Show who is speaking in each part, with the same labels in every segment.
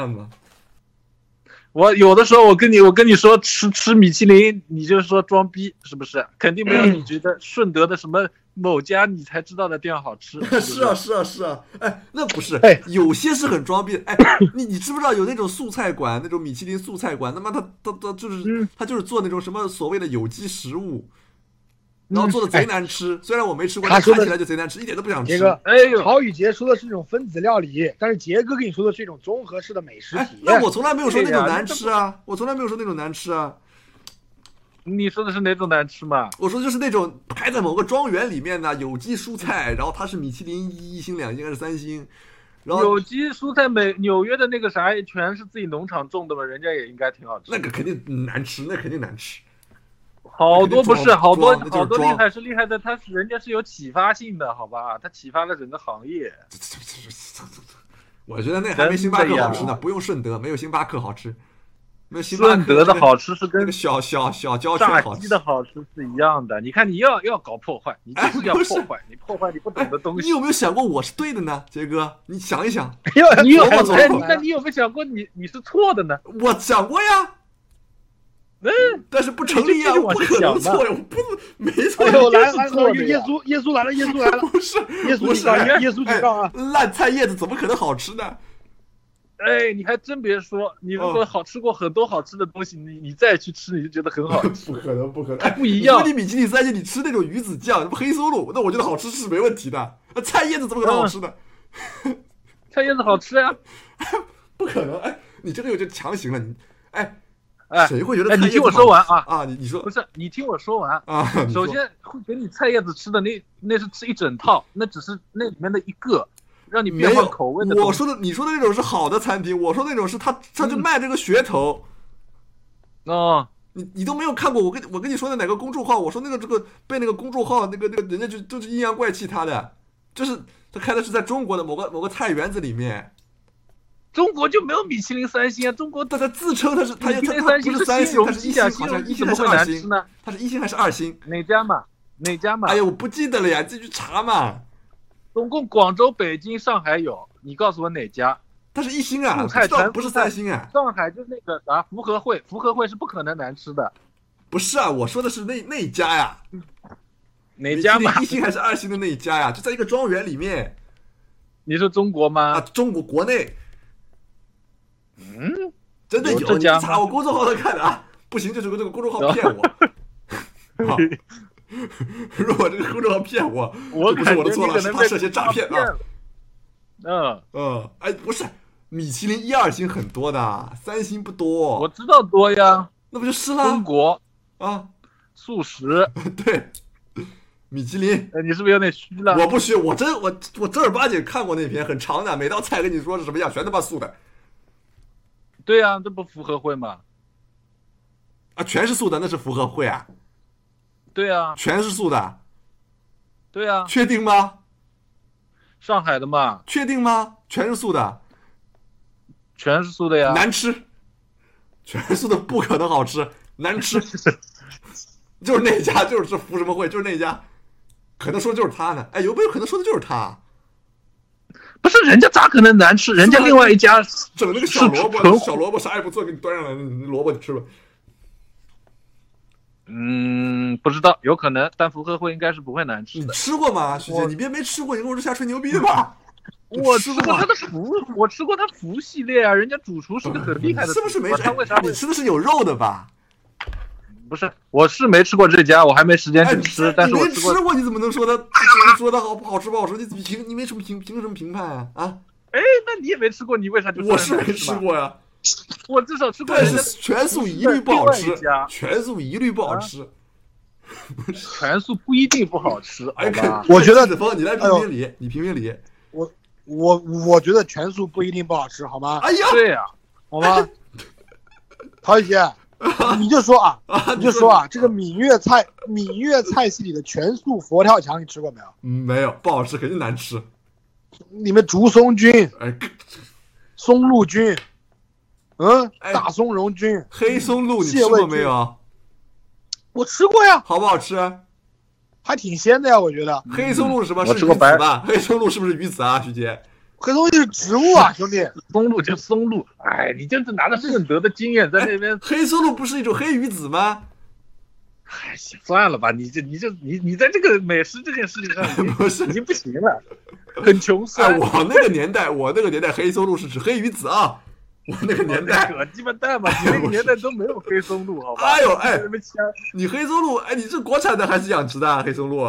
Speaker 1: 饭吧。
Speaker 2: 我有的时候我跟你我跟你说吃吃米其林，你就说装逼是不是？肯定没有你觉得顺德的什么某家你才知道的店好吃。
Speaker 1: 是啊，是啊，是啊，哎，那不是
Speaker 2: 哎，
Speaker 1: 有些是很装逼的。哎，你你知不知道有那种素菜馆，那种米其林素菜馆，他妈他他他就是
Speaker 2: 嗯
Speaker 1: 他就是做那种什么所谓的有机食物，然后做
Speaker 2: 嗯哎
Speaker 1: 的贼难吃。虽然我没吃过，
Speaker 3: 他
Speaker 1: 但
Speaker 3: 说
Speaker 1: 看
Speaker 3: 的
Speaker 1: 起来就贼难吃，一点都不想
Speaker 3: 杰
Speaker 1: 吃。
Speaker 3: 哥，
Speaker 2: 哎呦，
Speaker 3: 曹宇杰说的是一种分子料理，但是杰哥跟你说的是一种综合式的美食
Speaker 1: 哎
Speaker 3: 体，验
Speaker 1: 那。我从来没有说那
Speaker 2: 对
Speaker 1: 种
Speaker 2: 呀
Speaker 1: 难
Speaker 2: 这
Speaker 1: 吃啊，我从来没有说那种难吃啊，
Speaker 2: 你说的是哪种难吃嘛？
Speaker 1: 我说就是那种开在某个庄园里面的有机蔬菜，然后它是米其林一一星、两星还是三星，然后
Speaker 2: 有机蔬菜美纽约的那个啥，哎全是自己农场种的嘛，人家也应该挺好吃。
Speaker 1: 那个肯定难吃，那肯定难吃。
Speaker 2: 好多不是，
Speaker 1: 装
Speaker 2: 好多
Speaker 1: 装那就是
Speaker 2: 好多厉
Speaker 1: 装
Speaker 2: 害是厉害在它是人家是有启发性的，好吧？它启发了整个行业。
Speaker 1: 我觉得那还没星巴克好吃
Speaker 2: 真的
Speaker 1: 呢，
Speaker 2: 呀
Speaker 1: 不用顺德，没有星巴克好吃，没有星巴克
Speaker 2: 顺德
Speaker 1: 那
Speaker 2: 的
Speaker 1: 个
Speaker 2: 好吃是
Speaker 1: 那
Speaker 2: 跟
Speaker 1: 个小小小郊区
Speaker 2: 炸
Speaker 1: 好
Speaker 2: 鸡
Speaker 1: 吃
Speaker 2: 的。好吃是一样的。你看，你要要搞破坏，你就是 要
Speaker 1: 哎不是
Speaker 2: 破坏，你破坏你不懂的东
Speaker 1: 你
Speaker 2: 西。
Speaker 1: 有没有想过我是对的呢，杰哥？你想一想，
Speaker 3: 哎呦，
Speaker 2: 你有
Speaker 1: 我
Speaker 3: 走
Speaker 2: 哎，
Speaker 3: 过
Speaker 2: 你
Speaker 3: 来
Speaker 2: 但你有没有想过你你是错的呢？
Speaker 1: 我想过呀，
Speaker 2: 嗯，
Speaker 1: 但是不成立呀，
Speaker 2: 你这这个我
Speaker 1: 不可
Speaker 2: 是
Speaker 1: 能
Speaker 2: 想的
Speaker 1: 错呀，我不没错
Speaker 3: 哎
Speaker 1: 呀，
Speaker 3: 呦，
Speaker 1: 我
Speaker 3: 来
Speaker 1: 是
Speaker 3: 来
Speaker 1: 错
Speaker 3: 来，
Speaker 1: 的
Speaker 3: 耶
Speaker 1: 呀，
Speaker 3: 稣耶稣来了，耶稣来了，
Speaker 1: 不是
Speaker 3: 耶稣
Speaker 1: 不
Speaker 3: 警
Speaker 1: 是，
Speaker 3: 告，
Speaker 1: 哎
Speaker 3: 耶稣警告啊！
Speaker 1: 烂菜叶子怎么可能好吃呢？
Speaker 2: 哎，你还真别说，你如
Speaker 1: 哦
Speaker 2: 果好吃过很多好吃的东西，你你再去吃，你就觉得 很好吃。
Speaker 1: 不可能，不可能，哎
Speaker 2: 不一样
Speaker 1: 你说你米其林三星，你吃那种鱼子酱，什么黑松露，那我觉得好吃是没问题的。那菜叶子怎么可能好吃呢？
Speaker 2: 菜叶子好吃呀、
Speaker 1: 不可能！哎，你这个有点强行了，你哎
Speaker 2: 哎
Speaker 1: 谁会觉得
Speaker 2: 哎，
Speaker 1: 菜叶子好吃？
Speaker 2: 你听我说完啊，
Speaker 1: 啊，你你说
Speaker 2: 不是，你听我说完。
Speaker 1: 啊，你说
Speaker 2: 首先会给你菜叶子吃的那那是吃一整套，那只是那里面的一个，让你
Speaker 1: 没
Speaker 2: 变换
Speaker 1: 有
Speaker 2: 口味的
Speaker 1: 我
Speaker 2: 东西。嗯
Speaker 1: 说的你说的那种是好的餐厅，我说那种是他他就卖这个噱头。
Speaker 2: 哦，
Speaker 1: 你你都没有看过我跟我跟你说的哪个公众号？我说那个这个被那个公众号那个那个人家就就是阴阳怪气他的，就是他开的是在中国的某个某个菜园子里面，
Speaker 2: 中国就没有米其林三星啊，中国
Speaker 1: 但他自称他是他
Speaker 2: 米其
Speaker 1: 他
Speaker 2: 林
Speaker 1: 他
Speaker 2: 三
Speaker 1: 不
Speaker 2: 星
Speaker 1: 是三
Speaker 2: 新
Speaker 1: 星，
Speaker 2: 荣
Speaker 1: 他是
Speaker 2: 记
Speaker 1: 一星，
Speaker 2: 啊，
Speaker 1: 好
Speaker 2: 新
Speaker 1: 像
Speaker 2: 荣
Speaker 1: 一
Speaker 2: 记
Speaker 1: 星
Speaker 2: 怎
Speaker 1: 还
Speaker 2: 么
Speaker 1: 是
Speaker 2: 会
Speaker 1: 二
Speaker 2: 难吃
Speaker 1: 星，
Speaker 2: 呢？
Speaker 1: 他是一星还是二星？
Speaker 2: 哪家嘛？哪家嘛？
Speaker 1: 哎呀，我不记得了呀，自己去查嘛。
Speaker 2: 总共广州、北京、上海有，你告诉我哪家？
Speaker 1: 他是一星啊，
Speaker 2: 素
Speaker 1: 不知
Speaker 2: 菜
Speaker 1: 道
Speaker 2: 全
Speaker 1: 不是三星啊，
Speaker 2: 上海就是那个啥福和汇，福和汇是不可能难吃的，
Speaker 1: 不是啊，我说的是那那一家呀，
Speaker 2: 哪家
Speaker 1: 米
Speaker 2: 嘛
Speaker 1: 其林？一星还是二星的那一家呀，就在一个庄园里面
Speaker 2: 你说中国吗？
Speaker 1: 啊，中国国内
Speaker 2: 嗯，
Speaker 1: 真的
Speaker 2: 有
Speaker 1: 有，
Speaker 2: 这
Speaker 1: 你
Speaker 2: 家吗
Speaker 1: 查我公众号上看的啊，不行就是这个公众号骗 我。好 如果这个公众号骗我，
Speaker 2: 我
Speaker 1: 这不是
Speaker 2: 感
Speaker 1: 我
Speaker 2: 觉
Speaker 1: 的
Speaker 2: 你
Speaker 1: 错了，
Speaker 2: 可
Speaker 1: 是
Speaker 2: 能
Speaker 1: 他
Speaker 2: 被
Speaker 1: 涉嫌诈骗啊。
Speaker 2: 了。嗯，
Speaker 1: 嗯，哎，不是，米其林一二星很多的，啊三星不多，
Speaker 2: 我知道多呀，
Speaker 1: 那不就是
Speaker 2: 中
Speaker 1: 啦？
Speaker 2: 国
Speaker 1: 啊，
Speaker 2: 素食，
Speaker 1: 对，米其林，
Speaker 2: 呃你是不是有点虚 了？
Speaker 1: 我不虚，我真我我正儿八经看过那篇，很长的，每道菜跟你说是什么样，全他妈素的
Speaker 2: 对呀、这不符合会吗？
Speaker 1: 啊，全是素的，那是符合会啊，
Speaker 2: 对呀、
Speaker 1: 全是素的，
Speaker 2: 对呀、
Speaker 1: 确定吗？
Speaker 2: 上海的嘛，
Speaker 1: 确定吗？全是素的，
Speaker 2: 全是素的呀。
Speaker 1: 难吃，全是素的不可能好吃，难 吃，就是那家，就是福什么会，就是那家，可能说就是他呢，哎，有没有可能说的就是他啊？
Speaker 2: 不是人家咋可能难吃？人
Speaker 1: 啊
Speaker 2: 家另外一家
Speaker 1: 整那个小萝
Speaker 2: 是纯
Speaker 1: 卜，小萝卜啥也不做，给你端上来，你萝卜你吃吧。
Speaker 2: 嗯，不知道，有可能，但福和会应该是不会难吃
Speaker 1: 你
Speaker 2: 的。
Speaker 1: 吃过吗，徐姐？
Speaker 2: 我
Speaker 1: 你别没吃过，你跟我说瞎吹牛逼的 吧？你
Speaker 2: 我
Speaker 1: 吃
Speaker 2: 吃
Speaker 1: 过
Speaker 2: 过
Speaker 1: 吗
Speaker 2: 他的福，我吃过他福系列啊，人家主厨是个很厉害的
Speaker 1: 是
Speaker 2: 厨
Speaker 1: 不是
Speaker 2: 师啊，
Speaker 1: 没吃？
Speaker 2: 他为啥
Speaker 1: 哎
Speaker 2: 会
Speaker 1: 你吃的是有肉的吧？
Speaker 2: 不是？我是没吃过这家，我还没时间
Speaker 1: 哎，
Speaker 2: 去
Speaker 1: 你
Speaker 2: 吃， 但是
Speaker 1: 你
Speaker 2: 我
Speaker 1: 没
Speaker 2: 吃
Speaker 1: 吃
Speaker 2: 过。
Speaker 1: 过，你怎么能说它？你能说它好不 好吃不好吃？你凭你没什么评凭什么评判啊？啊，
Speaker 2: 哎，那你也没吃过，你为啥就说
Speaker 1: 我是
Speaker 2: 难
Speaker 1: 没
Speaker 2: 嘛
Speaker 1: 吃，过呀，
Speaker 2: 我至少吃过
Speaker 1: 但
Speaker 2: 人家
Speaker 1: 是全素一律不好吃
Speaker 2: 另外一家，啊
Speaker 1: 全素一律不好吃。
Speaker 2: 全素不一定不好吃，好
Speaker 1: 哎，
Speaker 2: 吧？
Speaker 1: 可
Speaker 3: 我觉得
Speaker 1: 子峰，你来评
Speaker 3: 哎呦
Speaker 1: 评理，你评评理。
Speaker 3: 我我觉得全素不一定不好吃，好 吗？
Speaker 1: 哎呀，
Speaker 2: 对啊呀、
Speaker 3: 好吗？陶 宇杰，你就说啊，
Speaker 1: 啊
Speaker 3: 你就说啊，这个闽粤菜闽粤菜系里的全素佛跳墙，你吃过没有？
Speaker 1: 嗯没有不好吃，肯定难吃。
Speaker 3: 里面竹松菌、
Speaker 1: 哎，
Speaker 3: 松露菌，嗯，
Speaker 1: 哎
Speaker 3: 大松茸菌，
Speaker 1: 黑松露你
Speaker 3: 蟹
Speaker 1: 吃
Speaker 3: 味
Speaker 1: 过
Speaker 3: 巨
Speaker 1: 没有啊？
Speaker 3: 我吃过呀，
Speaker 1: 好不好吃？啊
Speaker 3: 还挺鲜的呀，我觉得。
Speaker 1: 黑松露是什么？
Speaker 2: 我
Speaker 1: 是
Speaker 2: 吃
Speaker 1: 鱼
Speaker 2: 过
Speaker 1: 子
Speaker 2: 白
Speaker 1: 吧？黑松露是不是鱼子啊，徐杰？
Speaker 3: 这东西是植物啊，兄 弟，
Speaker 2: 松露就松露，哎，你就是拿着顺德的经验在那边，
Speaker 1: 黑松露不是一种黑鱼子吗？
Speaker 2: 哎，算了吧，你这你这你你在这个美食这件事情上已经
Speaker 1: 不是
Speaker 2: 已，经不行了，很穷
Speaker 1: 哎，
Speaker 2: 酸。
Speaker 1: 我那个年代， 我那个年代黑松露是指黑鱼子啊，我那 个年代，
Speaker 2: 扯鸡巴蛋吧，你那个年代都没有黑松露，好吧？
Speaker 1: 哎呦哎
Speaker 2: 你们瞎
Speaker 1: 你黑松露，哎，你是国产的还是养殖的啊、黑松露？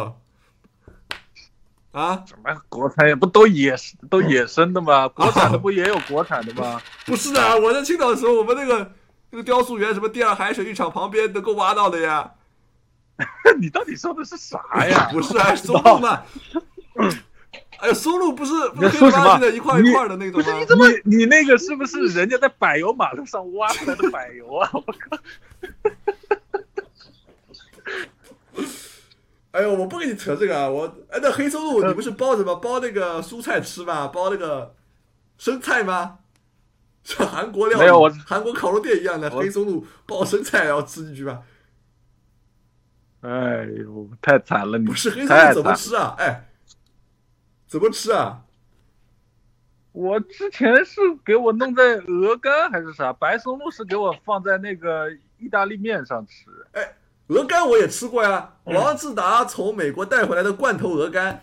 Speaker 1: 啊，
Speaker 2: 什么国产也不都野都野生的 吗？国产的不也有国产的吗？
Speaker 1: 不是
Speaker 2: 啊
Speaker 1: 的，我在青岛的时候，我们那个那个雕塑园，什么第二海水浴场旁边能够挖到的呀。
Speaker 2: 你到底说的是啥呀？
Speaker 1: 不是，还是松露 嘛。哎呦，松露不是不是
Speaker 2: 你在
Speaker 1: 黑
Speaker 2: 说什
Speaker 1: 不
Speaker 2: 么
Speaker 1: 拉几的一块一块的那种啊
Speaker 2: 不是
Speaker 1: 吗
Speaker 2: 你？怎么你你那个是不是人家在柏油马路上挖出来的柏油啊？我靠！
Speaker 1: 哎呦，我不跟你扯这个啊！我哎，那黑松露你不是包什么？包那个蔬菜吃吗？包那个生菜吗？像韩国料理
Speaker 2: 没有我
Speaker 1: 韩国烤肉店一样的
Speaker 2: 我
Speaker 1: 黑松露包生菜然后吃进去吗？
Speaker 2: 哎呦，太惨了你！
Speaker 1: 不是黑松
Speaker 2: 太
Speaker 1: 露怎么
Speaker 2: 惨！
Speaker 1: 吃啊？哎，怎么吃啊？
Speaker 2: 我之前是给我弄在鹅肝还是啥，白松露是给我放在那个意大利面上吃。
Speaker 1: 鹅肝我也吃过呀，王志达从美国带回来的罐头鹅肝，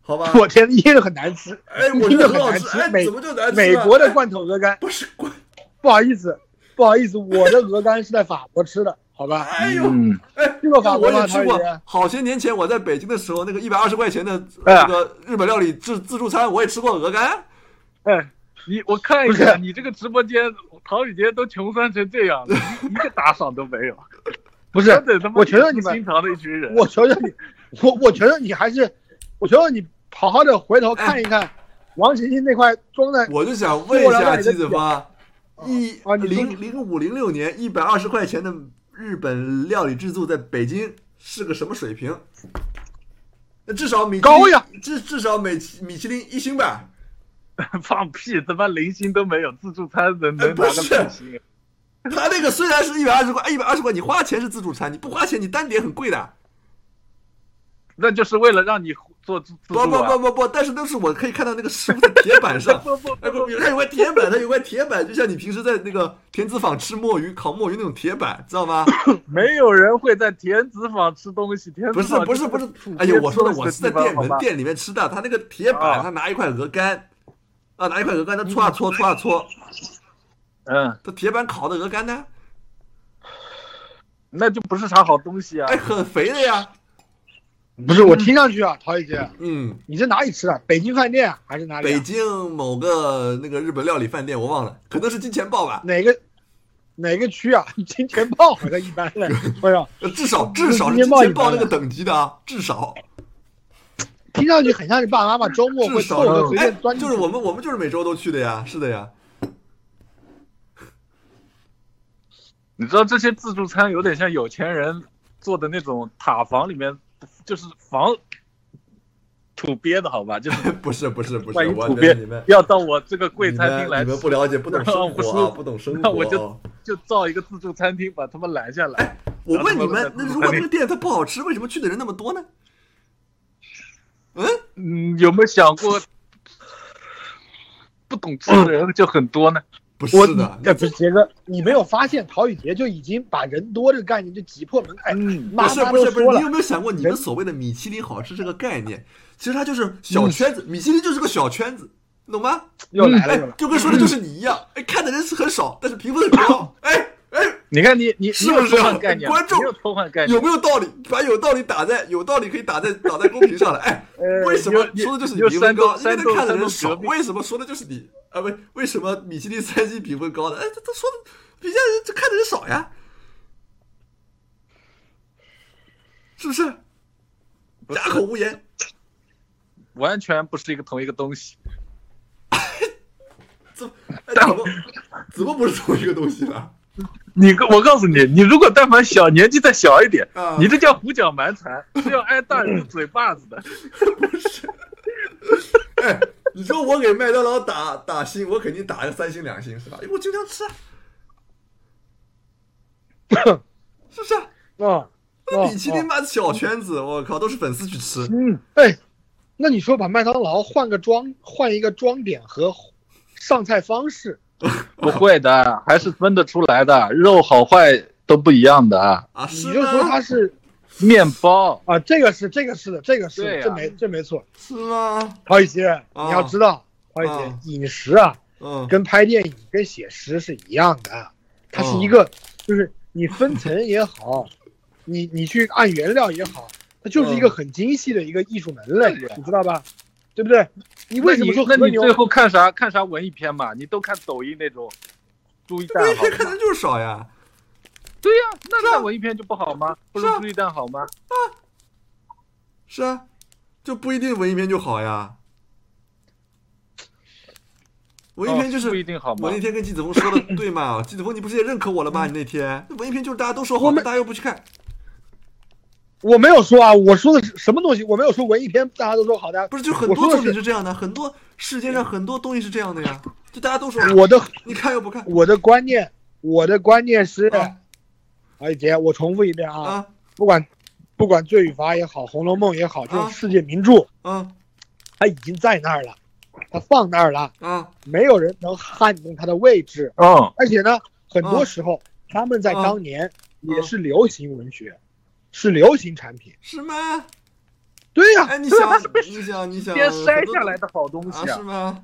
Speaker 1: 好吧？
Speaker 3: 我天，噎着很难吃。
Speaker 1: 哎，我觉得很好
Speaker 3: 听着
Speaker 1: 吃，
Speaker 3: 很难吃
Speaker 1: 哎，
Speaker 3: 美
Speaker 1: 怎么就难吃
Speaker 3: 美
Speaker 1: 了
Speaker 3: 国的罐头鹅肝，
Speaker 1: 不是罐，
Speaker 3: 不好意思，不好意思，我的鹅肝是在法国吃的，好吧？
Speaker 1: 哎呦，
Speaker 2: 嗯，
Speaker 1: 哎，
Speaker 3: 去过法国
Speaker 1: 我
Speaker 3: 吗
Speaker 1: 也吃过
Speaker 3: 陶宇。
Speaker 1: 好些年前我在北京的时候，那个一百二十块钱的
Speaker 2: 哎
Speaker 1: 那
Speaker 2: 呀
Speaker 1: 个日本料理自自助餐，我也吃过鹅肝。
Speaker 2: 哎，你我看一
Speaker 3: 不
Speaker 2: 下，
Speaker 3: 是
Speaker 2: 你这个直播间陶宇杰都穷酸成这样了，一个打赏都没有，
Speaker 3: 不是
Speaker 2: 真，的他妈
Speaker 3: 我觉得你们
Speaker 2: 经常的一群人。
Speaker 3: 我求求你，我我求求你还是，我求求你好好的回头看一看，王晨曦那块装在
Speaker 1: 我就 想问一下季子芳，
Speaker 3: 我
Speaker 1: 一
Speaker 3: 啊你说
Speaker 1: 零零五零六年一百二十块钱的日本料理自助在北京是个什么水平？那至少米其林
Speaker 3: 高呀，
Speaker 1: 至至少米其米其林一星吧。
Speaker 2: 放屁，他妈零星都没有，自助餐能
Speaker 1: 哎
Speaker 2: 能拿
Speaker 1: 不
Speaker 2: 个
Speaker 1: 是
Speaker 2: 零星？
Speaker 1: 他那个虽然是一百二十块，一百二十块你花钱是自助餐，你不花钱你单点很贵的。
Speaker 2: 那就是为了让你做自自
Speaker 1: 不
Speaker 2: 助
Speaker 1: 不
Speaker 2: 啊
Speaker 1: 不！不不，但是都是我可以看到那个师傅的铁板上，
Speaker 2: 不不
Speaker 1: 哎，
Speaker 2: 不
Speaker 1: 不，
Speaker 2: 不，
Speaker 1: 有它有块铁板，它有块铁板，就像你平时在那个田子坊吃墨鱼、烤墨鱼那种铁板，知道吗？
Speaker 2: 没有人会在田子坊吃东西。田
Speaker 1: 不
Speaker 2: 子
Speaker 1: 是
Speaker 2: 坊
Speaker 1: 不是
Speaker 2: 就
Speaker 1: 不是
Speaker 2: 土，
Speaker 1: 哎
Speaker 2: 街
Speaker 1: 呦，我说
Speaker 2: 吃
Speaker 1: 的我
Speaker 2: 东
Speaker 1: 是
Speaker 2: 西
Speaker 1: 在
Speaker 2: 地方
Speaker 1: 店
Speaker 2: 好
Speaker 1: 门
Speaker 2: 吧
Speaker 1: 店里面吃的，他那个铁板
Speaker 2: 啊
Speaker 1: 他拿一块鹅肝，啊，拿一块鹅肝，他搓啊搓搓啊搓，
Speaker 2: 嗯，
Speaker 1: 他铁板烤的鹅肝呢，
Speaker 2: 那就不是啥好东西啊
Speaker 1: 哎，！很肥的呀，
Speaker 3: 不是我听上去啊，陶宇杰，
Speaker 1: 嗯，
Speaker 3: 你这哪里吃的？北京饭店啊还是哪里
Speaker 1: 北
Speaker 3: 啊？
Speaker 1: 京某个那个日本料理饭店我忘了，可能是金钱豹吧，
Speaker 3: 哪个哪个区啊？ 金钱豹好像一般 嘞。哎呀，
Speaker 1: 呃至少至少是金
Speaker 3: 金钱豹
Speaker 1: 钱
Speaker 3: 一
Speaker 1: 豹
Speaker 3: 般
Speaker 1: 那个
Speaker 3: 的
Speaker 1: 等级的啊，至少。
Speaker 3: 听上去很像你爸爸妈妈周末
Speaker 1: 至
Speaker 3: 会
Speaker 1: 少
Speaker 3: 凑合随
Speaker 1: 哎
Speaker 3: 便，钻进
Speaker 1: 就
Speaker 3: 去
Speaker 1: 是我们我们就是每周都去的呀，是的呀。
Speaker 2: 你知道这些自助餐有点像有钱人做的那种塔房里面，就是房土鳖的好吧？ 就是
Speaker 1: 不是不是不是
Speaker 2: 万一，
Speaker 1: 我
Speaker 2: 土
Speaker 1: 觉得
Speaker 2: 鳖
Speaker 1: 你们
Speaker 2: 要到我这个贵
Speaker 1: 你
Speaker 2: 餐
Speaker 1: 们
Speaker 2: 厅来
Speaker 1: 你
Speaker 2: 吃
Speaker 1: 们，不了解，不懂 生
Speaker 2: 不
Speaker 1: 活啊，
Speaker 2: 是
Speaker 1: 不懂生活
Speaker 2: 那我
Speaker 1: 啊。
Speaker 2: 就造一个自助餐厅把他们拦下来。
Speaker 1: 我问你们，
Speaker 2: 那
Speaker 1: 那
Speaker 2: 怎么
Speaker 1: 如果那个店它不好吃，为什么去的人那么多呢？嗯，
Speaker 2: 嗯，有没有想过不懂吃的人就很多呢？
Speaker 1: 不是
Speaker 3: 我
Speaker 1: 的，
Speaker 3: 哎，不是杰哥，你没有发现陶宇杰就已经把人多这个概念就挤破门槛？
Speaker 2: 嗯
Speaker 1: 不
Speaker 3: 妈
Speaker 1: 是
Speaker 3: 妈
Speaker 1: 不是
Speaker 3: 都
Speaker 1: 不是，
Speaker 3: 说
Speaker 1: 你
Speaker 3: 了
Speaker 1: 有，没有想过你们所谓的米其林好吃这个概念，其实它就是小圈子，米其林就是个小圈子，你懂吗？
Speaker 3: 又来了
Speaker 1: 哎
Speaker 3: 又来了，，
Speaker 1: 就跟说的就是你一样，哎，看的人是很少，但是评分很 高，哎哎，
Speaker 2: 你看你你
Speaker 1: 是不啊是
Speaker 2: 你有偷换概念？
Speaker 1: 观众
Speaker 2: 你有偷换概念
Speaker 1: 有？没有道理？把有道理打在有道理可以打在打在公屏上来。哎，
Speaker 2: 呃
Speaker 1: 为什么
Speaker 2: 有
Speaker 1: 说的就是你
Speaker 2: 有
Speaker 1: 评分高？
Speaker 2: 山
Speaker 1: 因
Speaker 2: 东
Speaker 1: 为他看的人少。
Speaker 2: 山东隔壁
Speaker 1: 为什么说的就是你？啊，不，为什么米其林三星评分高的？哎，他他说的比较这看的人少呀，是不是？哑口无言。
Speaker 2: 完全不是一个同一个东西。
Speaker 1: 怎么哎怎么怎么不是同一个东西了？
Speaker 2: 你跟我告诉你，你如果但凡小年纪再小一点，
Speaker 1: 啊
Speaker 2: 你这叫胡搅蛮缠，是要挨大人的嘴巴子的。
Speaker 1: 哎， 你说我给麦当劳打打星，我肯定打个三星两星是吧？因为我经常 吃啊，是不是啊？
Speaker 3: 啊，哦
Speaker 1: 米其林嘛，小圈子，我靠，都是粉丝去吃。
Speaker 3: 嗯，哎，那你说把麦当劳换个装，换一个装点和上菜方式，
Speaker 2: 不会的，还是分得出来的，肉好坏都不一样的。
Speaker 1: 啊，
Speaker 3: 你
Speaker 1: 是
Speaker 3: 就说它
Speaker 1: 吗？
Speaker 3: 是
Speaker 2: 面包，
Speaker 3: 啊，这个是这个是的，这个是
Speaker 2: 对
Speaker 3: 的
Speaker 2: 呀
Speaker 3: 这没这没错。
Speaker 1: 是吗？
Speaker 3: 陶雨杰，
Speaker 1: 啊
Speaker 3: 你要知道，陶雨
Speaker 1: 啊
Speaker 3: 杰，饮食啊，
Speaker 1: 嗯，
Speaker 3: 跟拍电影、跟写诗是一样的，它是一个，就是你分层也好，你你去按原料也好，它就是一个很精细的一个艺术门类
Speaker 2: 嗯对呀，
Speaker 3: 你知道吧？对不对？你
Speaker 2: 你
Speaker 3: 为什么说
Speaker 2: 那
Speaker 3: 和
Speaker 2: 你
Speaker 3: 牛
Speaker 2: 最？后看啥看啥文艺片嘛？你都看抖音那种注意蛋
Speaker 1: 那
Speaker 2: 好
Speaker 1: 天
Speaker 2: 吗？
Speaker 1: 看的就是少呀。
Speaker 2: 对呀、那
Speaker 1: 是啊
Speaker 2: 那文艺片就不好吗？不
Speaker 1: 是
Speaker 2: 如
Speaker 1: 啊
Speaker 2: 注意蛋好吗？
Speaker 1: 是啊，就不一定文艺片就好呀。文艺片就
Speaker 2: 哦
Speaker 1: 是、
Speaker 2: 不一定好吗
Speaker 1: 我？那天跟季子峰说的对嘛？季子峰，你不是也认可我了吗？你那天那文艺片就是大家都说好
Speaker 3: 我
Speaker 1: 的，
Speaker 3: 们
Speaker 1: 大家又不去看。
Speaker 3: 我没有说啊，我说的是什么东西？我没有说文艺片，大家都说好的。
Speaker 1: 不是，就很
Speaker 3: 我
Speaker 1: 多
Speaker 3: 说的
Speaker 1: 作品
Speaker 3: 是嗯
Speaker 1: 是这样的，很多世界上很多东西是这样的呀，就大家都说
Speaker 3: 我的
Speaker 1: 你看又不看
Speaker 3: 我的观念，我的观念是，
Speaker 2: 嗯
Speaker 1: 啊
Speaker 3: 哎姐，我重复一遍啊，
Speaker 1: 啊
Speaker 3: 不管不管《罪与罚》也好，《红楼梦》也好，这
Speaker 1: 啊
Speaker 2: 嗯
Speaker 3: 种世界名著，
Speaker 1: 啊
Speaker 3: 它已经在那儿了，它放那儿了，
Speaker 1: 啊！
Speaker 3: 没有人能撼动它的位置。
Speaker 2: 嗯，
Speaker 3: 而且呢，很
Speaker 1: 啊
Speaker 3: 多时候他们在
Speaker 1: 啊
Speaker 3: 当年也是流行文学，是流行产品。
Speaker 1: 是吗？
Speaker 3: 对呀、
Speaker 1: 哎，你
Speaker 2: 对 啊
Speaker 1: 想，你想，你想，
Speaker 2: 先
Speaker 1: 很
Speaker 2: 筛
Speaker 1: 多
Speaker 2: 下来的好东西
Speaker 1: 啊，是吗？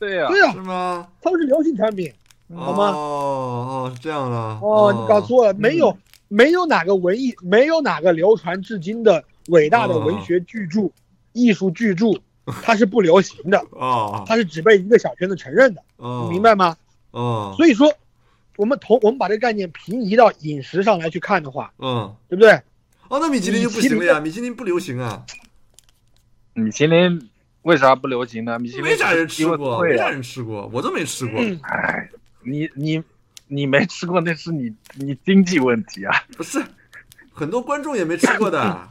Speaker 2: 对呀、
Speaker 3: 对呀、
Speaker 1: 是吗？
Speaker 3: 他们是流行产品。啊好
Speaker 1: 哦
Speaker 3: 吗
Speaker 1: 哦，是这样的。
Speaker 3: 哦，你搞错了，
Speaker 2: 嗯
Speaker 3: 没有没有哪个文艺，没有哪个流传至今的伟大的
Speaker 1: 哦
Speaker 3: 文学巨著、艺术巨著，
Speaker 1: 啊
Speaker 3: 它是不流行的，
Speaker 1: 哦
Speaker 3: 它是只被一个小圈子承认的，
Speaker 1: 哦，
Speaker 3: 你明白吗？
Speaker 1: 哦，
Speaker 3: 所以说，我们同我们把这个概念平移到饮食上来去看的话，
Speaker 1: 嗯。
Speaker 3: 对不对？
Speaker 1: 哦，那米其林就不行了呀，米其林不流行啊，
Speaker 2: 米其林为啥不流行呢？米其林
Speaker 1: 没啥人吃
Speaker 2: 因为
Speaker 1: 过，
Speaker 2: 贵
Speaker 1: 没
Speaker 2: 啊
Speaker 1: 啥人吃过，我都没吃过。
Speaker 3: 嗯
Speaker 2: 哎，你你你没吃过，那是你你经济问题啊，
Speaker 1: 不是，很多观众也没吃过 的。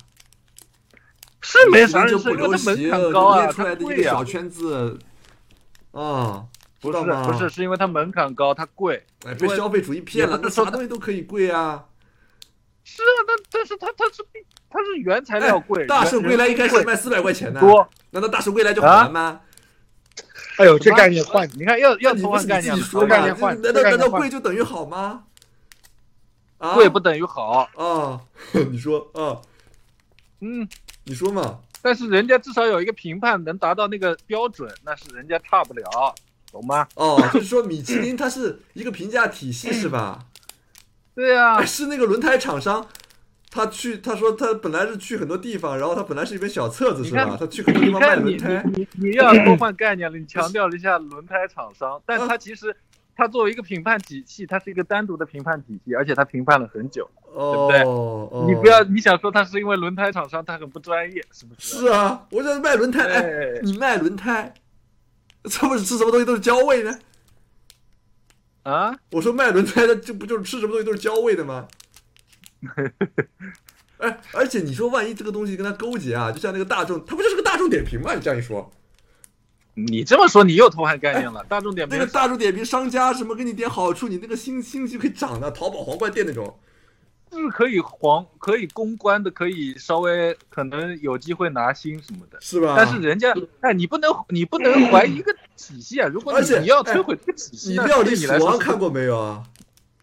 Speaker 2: 是 没啥人
Speaker 1: 就
Speaker 2: 吃
Speaker 1: 不
Speaker 2: 过，
Speaker 1: 流
Speaker 2: 它
Speaker 1: 行，
Speaker 2: 门槛高啊，
Speaker 1: 练出
Speaker 2: 它
Speaker 1: 来的一
Speaker 2: 贵
Speaker 1: 个
Speaker 2: 呀、
Speaker 1: 小圈子，啊，
Speaker 2: 不
Speaker 1: 知
Speaker 2: 是
Speaker 1: 道吗
Speaker 2: 不是，，是因为它门槛高，它贵。
Speaker 1: 哎，被消费主义骗了，
Speaker 2: 也
Speaker 1: 那
Speaker 2: 不是说
Speaker 1: 啥东西都可以贵啊。
Speaker 2: 是啊，但但是它它是它是原材
Speaker 1: 哎
Speaker 2: 料贵，
Speaker 1: 大
Speaker 2: 原
Speaker 1: 圣归来一开始
Speaker 2: 人
Speaker 1: 卖四百块钱呢，
Speaker 2: 多。
Speaker 1: 难道大圣归来就好玩吗？
Speaker 3: 哎呦，这概念换，
Speaker 2: 你看要要
Speaker 1: 你
Speaker 2: 偷
Speaker 1: 不
Speaker 2: 换
Speaker 1: 是你
Speaker 2: 概
Speaker 1: 自
Speaker 2: 念
Speaker 1: 己
Speaker 2: 的，
Speaker 1: 说
Speaker 3: 概
Speaker 1: 嘛？
Speaker 3: 念换
Speaker 1: 难道
Speaker 3: 这概
Speaker 1: 难
Speaker 3: 念
Speaker 1: 道
Speaker 3: 换
Speaker 1: 贵就等于好吗？啊，
Speaker 2: 贵不等于好。
Speaker 1: 啊？你说啊？
Speaker 2: 嗯，
Speaker 1: 你说嘛？
Speaker 2: 但是人家至少有一个评判能达到那个标准，那是人家差不了，懂吗？
Speaker 1: 哦，就是说米其林它是一个评价体系是吧？
Speaker 2: 对啊
Speaker 1: 哎，，是那个轮胎厂商，他去他说他本来是去很多地方，然后他本来是一本小册子是
Speaker 2: 你
Speaker 1: 吧？
Speaker 2: 看
Speaker 1: 他去很多地
Speaker 2: 你
Speaker 1: 方卖
Speaker 2: 看
Speaker 1: 轮
Speaker 2: 你
Speaker 1: 胎，
Speaker 2: 你你你要偷换概念了，你强调了一下轮胎厂商，但
Speaker 1: 嗯
Speaker 2: 它其实它作为一个评判体系，它是一个单独的评判体系，而且它评判了很久。
Speaker 1: 哦，
Speaker 2: 对
Speaker 1: 哦
Speaker 2: 你不要你想说它是因为轮胎厂商它很不专业，是不是？
Speaker 1: 是啊，我想卖轮胎，哎，
Speaker 2: 对，
Speaker 1: 你卖轮胎，这不是吃什么东西都是焦味呢？
Speaker 2: 啊，
Speaker 1: 我说卖轮胎的，这不就是吃什么东西都是焦味的 吗？哎，而且你说万一这个东西跟他勾结啊，就像那个大众，他不就是个大众点评吗？你这样一说，
Speaker 2: 你这么说你又偷换概念了。大众点
Speaker 1: 那
Speaker 2: 评
Speaker 1: 个大众点评商家什么给你点好处，你那个星星就可以涨的，淘宝皇冠店那种。
Speaker 2: 是可以黄，可以公关的，可以稍微可能有机会拿星什么的。
Speaker 1: 啊是吧？
Speaker 2: 但是人家，哎，你不能，你不能怀疑一个体系啊！如果
Speaker 1: 而且哎
Speaker 2: 你你要摧毁这个体系，
Speaker 1: 你
Speaker 2: 那
Speaker 1: 料理
Speaker 2: 对你
Speaker 1: 鼠
Speaker 2: 来说
Speaker 1: 王
Speaker 2: 是嗯
Speaker 1: 看过没有啊？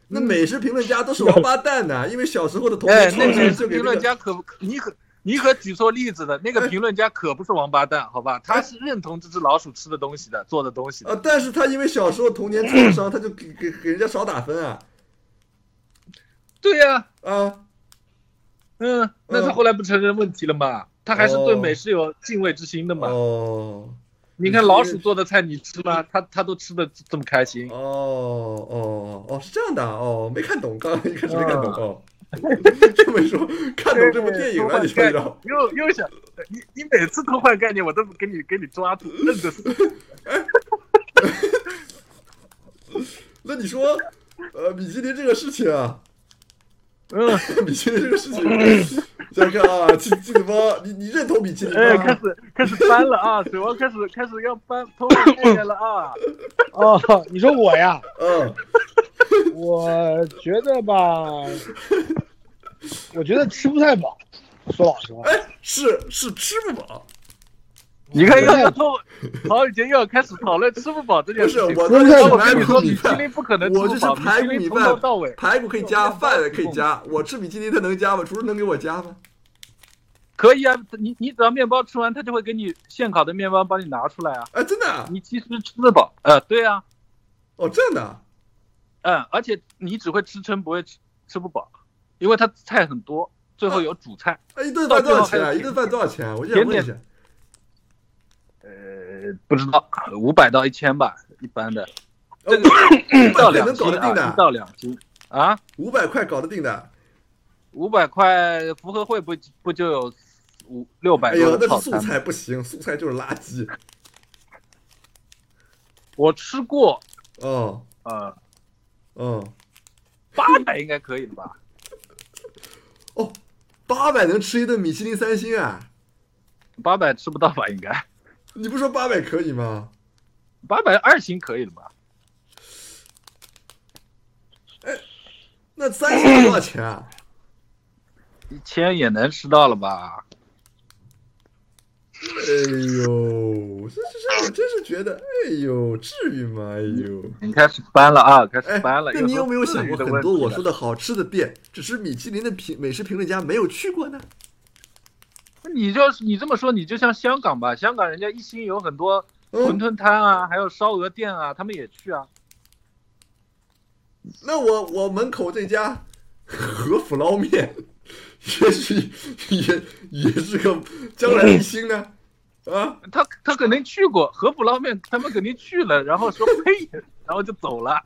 Speaker 1: 那美食评论家都是王八蛋呐、因为小时候的童年
Speaker 2: 哎，
Speaker 1: 创
Speaker 2: 那
Speaker 1: 伤
Speaker 2: 个
Speaker 1: 就给那
Speaker 2: 评论
Speaker 1: 个哎
Speaker 2: 家可不，你可你可举错例子了。那个评论家可不是王八蛋，好吧？他是认同这只老鼠吃的东西的，做的东西的。
Speaker 1: 啊，但是他因为小时候童年创伤，他就给 给给人家少打分啊
Speaker 2: 对呀、
Speaker 1: 啊！
Speaker 2: 嗯，哦那他后来不承认问题了吗？他还是对美食有敬畏之心的嘛。
Speaker 1: 哦
Speaker 2: 你看老鼠做的菜你吃吗？他他都吃的这么开心
Speaker 1: 哦。哦哦，是这样的啊哦，没看懂，刚刚一开始没看懂哦。 这么一说，看懂这部电影了，你就知道。
Speaker 2: 又又想你你每次偷换概念，我都给你给你抓住，认得死。
Speaker 1: 那你说，呃，米其林这个事情啊，
Speaker 2: 嗯，
Speaker 1: 米其林这个事 情，再看啊，季季子峰，你你认同米其林
Speaker 2: 哎，开
Speaker 1: 吗？
Speaker 2: 始开始搬了啊，水王开始开始要搬偷换概念了啊。
Speaker 3: 哦，你说我呀，
Speaker 1: 嗯。
Speaker 3: 我觉得吧，我觉得吃不太饱，说老实话，
Speaker 1: 哎，是是吃不饱，
Speaker 2: 你看，又要从好以前又要开始讨论吃不饱这件事
Speaker 1: 不
Speaker 2: 情。
Speaker 1: 是我
Speaker 2: 但
Speaker 3: 在
Speaker 2: 我跟
Speaker 1: 排
Speaker 2: 你
Speaker 1: 骨
Speaker 2: 说，
Speaker 1: 米
Speaker 2: 米其
Speaker 1: 饭
Speaker 2: 林不可能
Speaker 1: 我
Speaker 2: 吃
Speaker 1: 就是
Speaker 2: 不饱，米
Speaker 1: 排
Speaker 2: 其
Speaker 1: 骨
Speaker 2: 林
Speaker 1: 米
Speaker 2: 从头
Speaker 1: 饭
Speaker 2: 到尾，
Speaker 1: 排骨可以加，饭也可以加。我吃米其林，它能加吗？厨师能给我加吗？
Speaker 2: 可以啊，你你只要面包吃完，他就会给你现烤的面包帮你拿出来啊。
Speaker 1: 哎，真的啊，
Speaker 2: 你其实吃得饱，呃，对啊，
Speaker 1: 哦，真的啊，
Speaker 2: 嗯，而且你只会吃撑，不会吃吃不饱，因为它菜很多，最后有主菜。
Speaker 1: 哎，一顿饭多少钱啊？
Speaker 2: 到最后还有
Speaker 1: 一顿饭多少钱啊？我就想问一下。
Speaker 2: 呃，不知道，五百到一千吧，一般的，
Speaker 1: 呃
Speaker 2: 一
Speaker 1: 五
Speaker 2: 到
Speaker 1: 百块
Speaker 2: 两
Speaker 1: 能搞
Speaker 2: 斤
Speaker 1: 得定
Speaker 2: 啊，一
Speaker 1: 的，
Speaker 2: 到两斤啊，
Speaker 1: 五百块搞得定的。
Speaker 2: 五百块福和会不不就有五六百
Speaker 1: 哎
Speaker 2: 多
Speaker 1: 呦，
Speaker 2: 的
Speaker 1: 那
Speaker 2: 套
Speaker 1: 是素
Speaker 2: 餐吗？
Speaker 1: 菜不行，素菜就是垃圾。
Speaker 2: 我吃过，
Speaker 1: 哦，
Speaker 2: 呃，
Speaker 1: 哦，
Speaker 2: 八百应该可以了吧？
Speaker 1: 哦，八百能吃一顿米其林三星啊？
Speaker 2: 八百吃不到吧？应该
Speaker 1: 你不说八百可以吗？
Speaker 2: 八百二星可以了吧？
Speaker 1: 那三星多少钱啊？
Speaker 2: 一千也能吃到了吧？
Speaker 1: 哎呦，这这这，我真是觉得，哎呦，至于吗？哎呦，
Speaker 2: 你开始搬了啊，开
Speaker 1: 哎
Speaker 2: 始，搬了。
Speaker 1: 那你
Speaker 2: 时候
Speaker 1: 有没有
Speaker 2: 自
Speaker 1: 想
Speaker 2: 律
Speaker 1: 过，
Speaker 2: 的
Speaker 1: 很
Speaker 2: 问
Speaker 1: 多
Speaker 2: 题
Speaker 1: 我
Speaker 2: 了
Speaker 1: 说的好吃的店，只是米其林的评美食评论家没有去过呢？
Speaker 2: 你就是你这么说，你就像香港吧？香港人家一心有很多馄
Speaker 1: 嗯，
Speaker 2: 饨摊啊，还有烧鹅店啊，他们也去啊。
Speaker 1: 那我我门口这家和府捞面，也许也也是个将来一星呢，啊。
Speaker 2: 他他肯定去过合浦捞面，他们肯定去了，然后说呸， 然后就走了。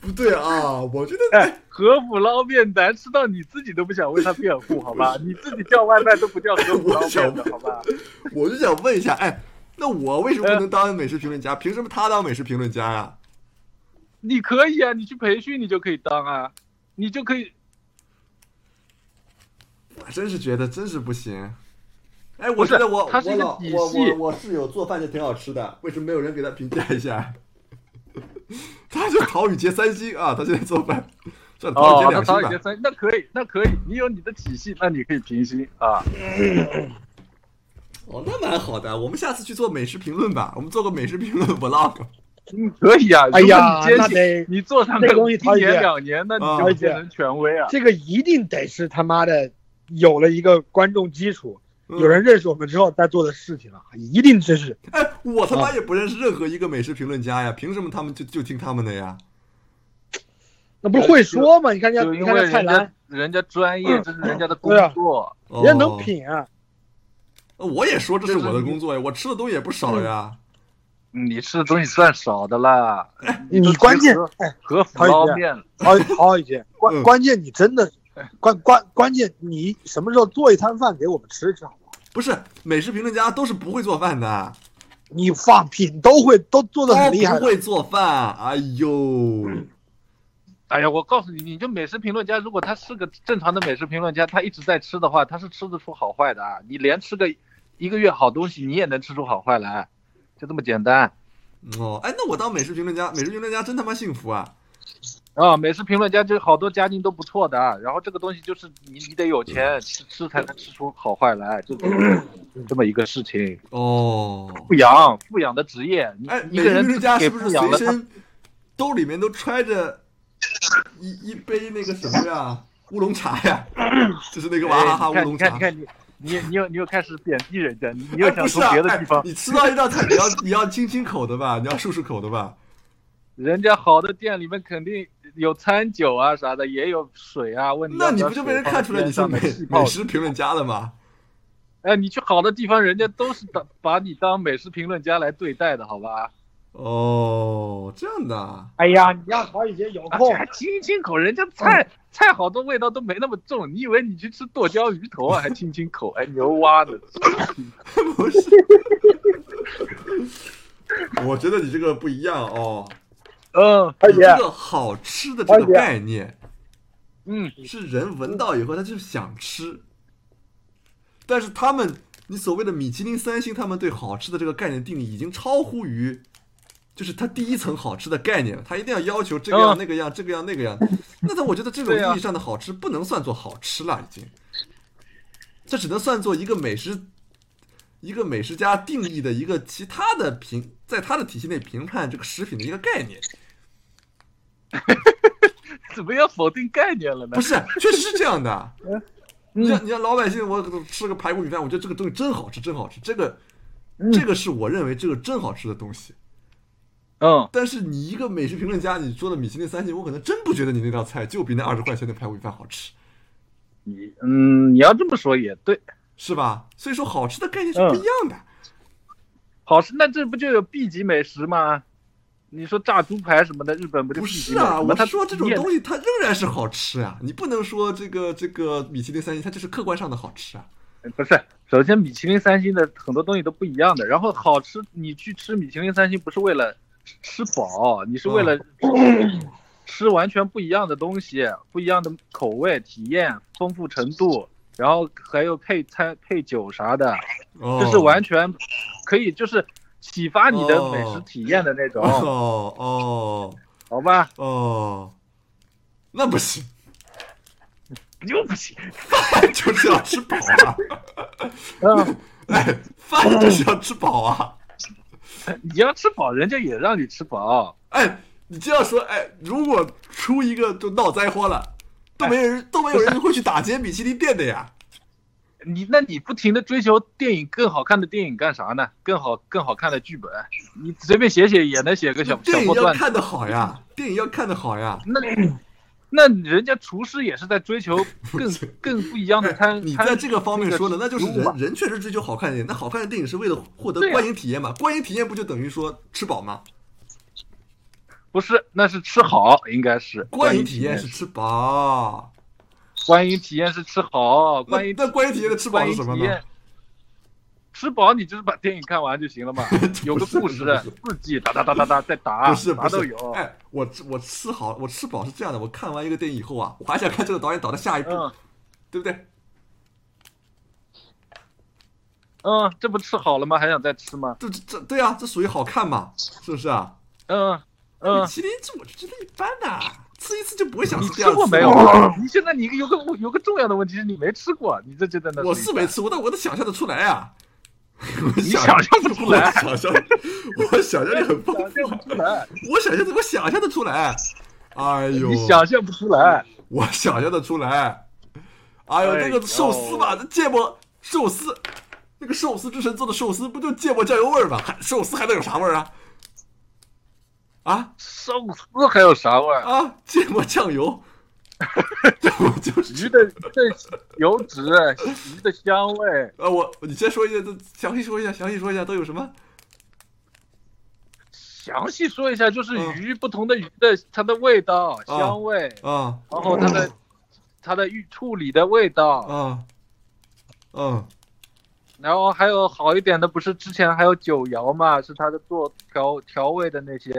Speaker 1: 不对啊，我觉得
Speaker 2: 哎，合浦捞面难吃到你自己都不想为他辩护，好吧？你自己叫外卖都不叫合浦捞面的，好吧？
Speaker 1: 我就想问一下，哎，那我为什
Speaker 2: 呃
Speaker 1: 么不能当美食评论家？凭什么他当美食评论家呀、
Speaker 2: 你可以啊，你去培训你就可以当啊，你就可以。
Speaker 1: 我真是觉得真是不行。哎，我
Speaker 2: 不是
Speaker 1: 觉得我
Speaker 2: 它是一
Speaker 1: 我
Speaker 2: 个
Speaker 1: 老
Speaker 2: 体
Speaker 1: 我
Speaker 2: 系
Speaker 1: 我我室友做饭就挺好吃的，为什么没有人给他评价一下？ 他就陶宇杰三星啊，他现在做饭，算陶宇
Speaker 2: 哦
Speaker 1: 杰，
Speaker 2: 那
Speaker 1: 两
Speaker 2: 曹
Speaker 1: 星
Speaker 2: 宇
Speaker 1: 吧
Speaker 2: 杰。三，那可以，那可以，你有你的体系，那你可以平心啊。
Speaker 1: 哦，那蛮好的，我们下次去做美食评论吧，我们做个美食评 论 vlog。
Speaker 2: 嗯，可以啊。
Speaker 3: 哎呀
Speaker 2: 如果你
Speaker 3: 那
Speaker 2: 坚信
Speaker 3: 得
Speaker 2: 你做上
Speaker 3: 那
Speaker 2: 个
Speaker 3: 东 西
Speaker 2: 一
Speaker 3: 陶姐
Speaker 2: 年两年，那
Speaker 1: 啊
Speaker 3: 嗯
Speaker 2: 你就会变成权威啊。
Speaker 3: 这个一定得是他妈的有了一个观众基础，
Speaker 1: 嗯
Speaker 3: 有人认识我们之后在做的事情了，啊一定这是
Speaker 1: 哎，我
Speaker 2: 啊
Speaker 1: 他妈也不认识任何一个美食评论家呀，凭什么他们就就听他们的呀？
Speaker 3: 那不是会说吗？你看人
Speaker 2: 就
Speaker 3: 哎家，你
Speaker 2: 因
Speaker 3: 看
Speaker 2: 为
Speaker 3: 人家蔡
Speaker 2: 人
Speaker 3: 澜
Speaker 2: 家，人家专
Speaker 3: 嗯
Speaker 2: 业，这是人家的工
Speaker 3: 对啊
Speaker 2: 作。
Speaker 1: 哦
Speaker 3: 人家能品啊，
Speaker 1: 我也说这是我的工作呀，我吃的东西也不少
Speaker 2: 嗯
Speaker 1: 呀。
Speaker 2: 你吃的东西算少的啦，
Speaker 3: 嗯你关键哎，
Speaker 2: 和府
Speaker 3: 陶姐
Speaker 2: 捞面，
Speaker 3: 陶陶宇杰，
Speaker 1: 嗯
Speaker 3: 关关键你真的关关关键你什么时候做一摊饭给我们吃吃好不好？
Speaker 1: 不是，美食评论家都是不会做饭的，
Speaker 3: 你放屁，你都会都做
Speaker 1: 都
Speaker 3: 的很厉害
Speaker 1: 不
Speaker 3: 的，
Speaker 1: 会做饭。哎呦，
Speaker 2: 嗯哎呀，我告诉你，你就美食评论家，如果他是个正常的美食评论家，他一直在吃的话，他是吃得出好坏的啊。你连吃个一个月好东西，你也能吃出好坏来，就这么简单
Speaker 1: 哦，哎，那我当美食评论家，美食评论家真他妈幸福啊！
Speaker 2: 啊。美食评论家就好多家境都不错的啊，然后这个东西就是你你得有钱吃吃才能吃出好坏来，就 这么一个事情。
Speaker 1: 哦，
Speaker 2: 富养，富养的职业，你
Speaker 1: 哎，
Speaker 2: 一
Speaker 1: 美
Speaker 2: 个
Speaker 1: 食
Speaker 2: 人
Speaker 1: 评论家
Speaker 2: 给
Speaker 1: 是不
Speaker 2: 富
Speaker 1: 是
Speaker 2: 养
Speaker 1: 随
Speaker 2: 了他
Speaker 1: 身兜里面都揣着一一杯那个什么呀，乌龙茶 呀，就是那个娃哈哈乌
Speaker 2: 哎
Speaker 1: 龙
Speaker 2: 你
Speaker 1: 茶。
Speaker 2: 看，你看，你看你，你你又你又开始贬低人家， 你你
Speaker 1: 哎
Speaker 2: 又想
Speaker 1: 不是
Speaker 2: 从
Speaker 1: 啊
Speaker 2: 别的地方
Speaker 1: 哎，你吃到一道菜，你要你要清清口的吧，你要漱漱口的吧。
Speaker 2: 人家好的店里面肯定有餐酒啊啥的，也有水啊。问你
Speaker 1: 那
Speaker 2: 要
Speaker 1: 你
Speaker 2: 要
Speaker 1: 不就被人
Speaker 2: 水
Speaker 1: 看出来你是
Speaker 2: 放在
Speaker 1: 美
Speaker 2: 边上的气泡
Speaker 1: 美？食评论家了吗？
Speaker 2: 哎，你去好的地方，人家都是当把你当美食评论家来对待的，好吧？
Speaker 1: 哦，这样的啊，
Speaker 3: 哎呀，你让陶宇杰有
Speaker 2: 而且
Speaker 3: 空
Speaker 2: 还清清啊口，人家菜、
Speaker 1: 嗯
Speaker 2: 菜好多味道都没那么重，你以为你去吃剁椒鱼头 啊，还清清口？哎，牛蛙的，
Speaker 1: 不是？ 我觉得你这个不一样哦，
Speaker 2: 嗯
Speaker 3: 陶宇
Speaker 1: 你
Speaker 3: 杰，
Speaker 1: 这个好吃的这
Speaker 3: 而
Speaker 1: 个
Speaker 3: 且
Speaker 1: 概念
Speaker 2: 嗯，
Speaker 1: 是人闻到以后他就想吃，但是他们，你所谓的米其林三星，他们对好吃的这个概念定义已经超乎于就是它第一层好吃的概念，它一定要要求这个样那个样，这个样那个样。那它我觉得这种
Speaker 2: 哦对啊
Speaker 1: 意义上的好吃不能算作好吃了，已经，这只能算作一个美食，一个美食家定义的一个其他的评，在他的体系内评判这个食品的一个概念。
Speaker 2: 怎么要否定概念了呢
Speaker 1: 不？是，确实是这样的。啊你
Speaker 3: 嗯
Speaker 1: 像你像老百姓，我吃个排骨米饭，我觉得这个东西真好吃，真好吃。这个
Speaker 3: 嗯
Speaker 1: 这个是我认为这个真好吃的东西。
Speaker 2: 嗯，
Speaker 1: 但是你一个美食评论家，你说的米其林三星，我可能真不觉得你那道菜就比那二十块钱的排骨米饭好吃，
Speaker 2: 你嗯，你要这么说也对。
Speaker 1: 是吧？所以说好吃的概念是不
Speaker 2: 嗯
Speaker 1: 一样的。
Speaker 2: 好吃，那这不就有 B 级美食吗？你说炸猪排什么的，日本不就
Speaker 1: 不
Speaker 2: B 级
Speaker 1: 是
Speaker 2: 美
Speaker 1: 啊，
Speaker 2: 食吗？
Speaker 1: 我
Speaker 2: 它
Speaker 1: 说这种
Speaker 2: 面
Speaker 1: 东西它仍然是好吃啊，你不能说这个这个米其林三星它就是客观上的好吃啊。
Speaker 2: 不是，首先米其林三星的很多东西都不一样的，然后好吃，你去吃米其林三星不是为了吃饱，你是为了吃完全不一样的东西，不一样的口味、体验、丰富程度，然后还有配餐、配酒啥的，
Speaker 1: 哦，
Speaker 2: 这是完全可以就是启发你的美食体验的那种，
Speaker 1: 哦哦
Speaker 2: 好吧？
Speaker 1: 哦，那不行。
Speaker 2: 又不行，
Speaker 1: 饭就是要吃饱啊！
Speaker 2: 嗯，
Speaker 1: 哎，饭就是要吃饱啊！
Speaker 2: 你要吃饱，人家也让你吃饱，
Speaker 1: 哎，你这样说，哎，如果出一个就闹灾荒了，都没人、都没有人会去打劫米其林店的 呀！
Speaker 2: 你那你不停的追求电影更好看的电影干啥呢？更好更好看的剧本，你随便写写也能写个小小
Speaker 1: 电影
Speaker 2: 破
Speaker 1: 要
Speaker 2: 段子。
Speaker 1: 看的好呀，电影要看的好呀！
Speaker 2: 那那人家厨师也是在追求更更 不一样的
Speaker 1: 哎
Speaker 2: 餐。
Speaker 1: 你
Speaker 2: 餐
Speaker 1: 在这个方面说的，那
Speaker 2: 那
Speaker 1: 就
Speaker 2: 个
Speaker 1: 是
Speaker 2: 食物
Speaker 1: 人
Speaker 2: 嘛
Speaker 1: 人确实追求好看的电影，那好看的电影是为了获得
Speaker 2: 对呀
Speaker 1: 观影体验嘛？观影体验不就等于说吃饱吗？
Speaker 2: 不是，那是吃好，应该是
Speaker 1: 观影
Speaker 2: 影
Speaker 1: 体验
Speaker 2: 验
Speaker 1: 是吃饱，
Speaker 2: 观影体验是吃好，
Speaker 1: 那
Speaker 2: 观影
Speaker 1: 那观影体验的吃饱
Speaker 2: 观
Speaker 1: 是
Speaker 2: 影
Speaker 1: 什么
Speaker 2: 体
Speaker 1: 呢
Speaker 2: 验？吃饱你就是把电影看完就行 了嘛，有个故事
Speaker 1: 不是不是
Speaker 2: 刺激，打打打打打再打，
Speaker 1: 不是
Speaker 2: 啊啥
Speaker 1: 不
Speaker 2: 都
Speaker 1: 是
Speaker 2: 有，，
Speaker 1: 哎，我吃我吃好我吃饱是这样的，我看完一个电影以后啊，我还想看这个导演导的下一部，
Speaker 2: 嗯
Speaker 1: 对不对？
Speaker 2: 嗯，这不吃好了吗？还想再吃吗？
Speaker 1: 这这这对啊，这属于好看嘛，是不是啊？
Speaker 2: 嗯
Speaker 1: 米
Speaker 2: 嗯，
Speaker 1: 其林这我觉得一般呐、吃一次就不会想
Speaker 2: 你
Speaker 1: 吃第
Speaker 2: 吃
Speaker 1: 二次。
Speaker 2: 过没有？？你现在你有个有个重要的问题是你没吃过，你这就在那
Speaker 1: 我是没吃过，但我能想象得出来啊。我
Speaker 2: 你想象不出来
Speaker 1: 我想象，我想象力很丰
Speaker 2: 想象
Speaker 1: 富，
Speaker 2: 不出来，
Speaker 1: 我想象得，我想象得出来。哎呦，
Speaker 2: 你想象不出来，
Speaker 1: 我想象得出来。哎呦，
Speaker 2: 哎
Speaker 1: 那个寿司吧，那芥末寿司，那个寿司之神做的寿司，不就芥末酱油味儿吗？还寿司还能有啥味儿啊？啊
Speaker 2: 寿司还有啥味儿？
Speaker 1: 啊，芥末酱油， 这我就是
Speaker 2: 鱼的鱼的油脂，鱼的香味，
Speaker 1: 啊，我你先说一下，都详细说一下，详细说一下都有什么？
Speaker 2: 详细说一下，就是
Speaker 1: 嗯
Speaker 2: 鱼不同的鱼的它的味道、
Speaker 1: 啊
Speaker 2: 香味，
Speaker 1: 啊
Speaker 2: 然后它的它的预处理的味道，
Speaker 1: 啊嗯
Speaker 2: 然后还有好一点的，不是之前还有九窑嘛，是它的做调调味的那些。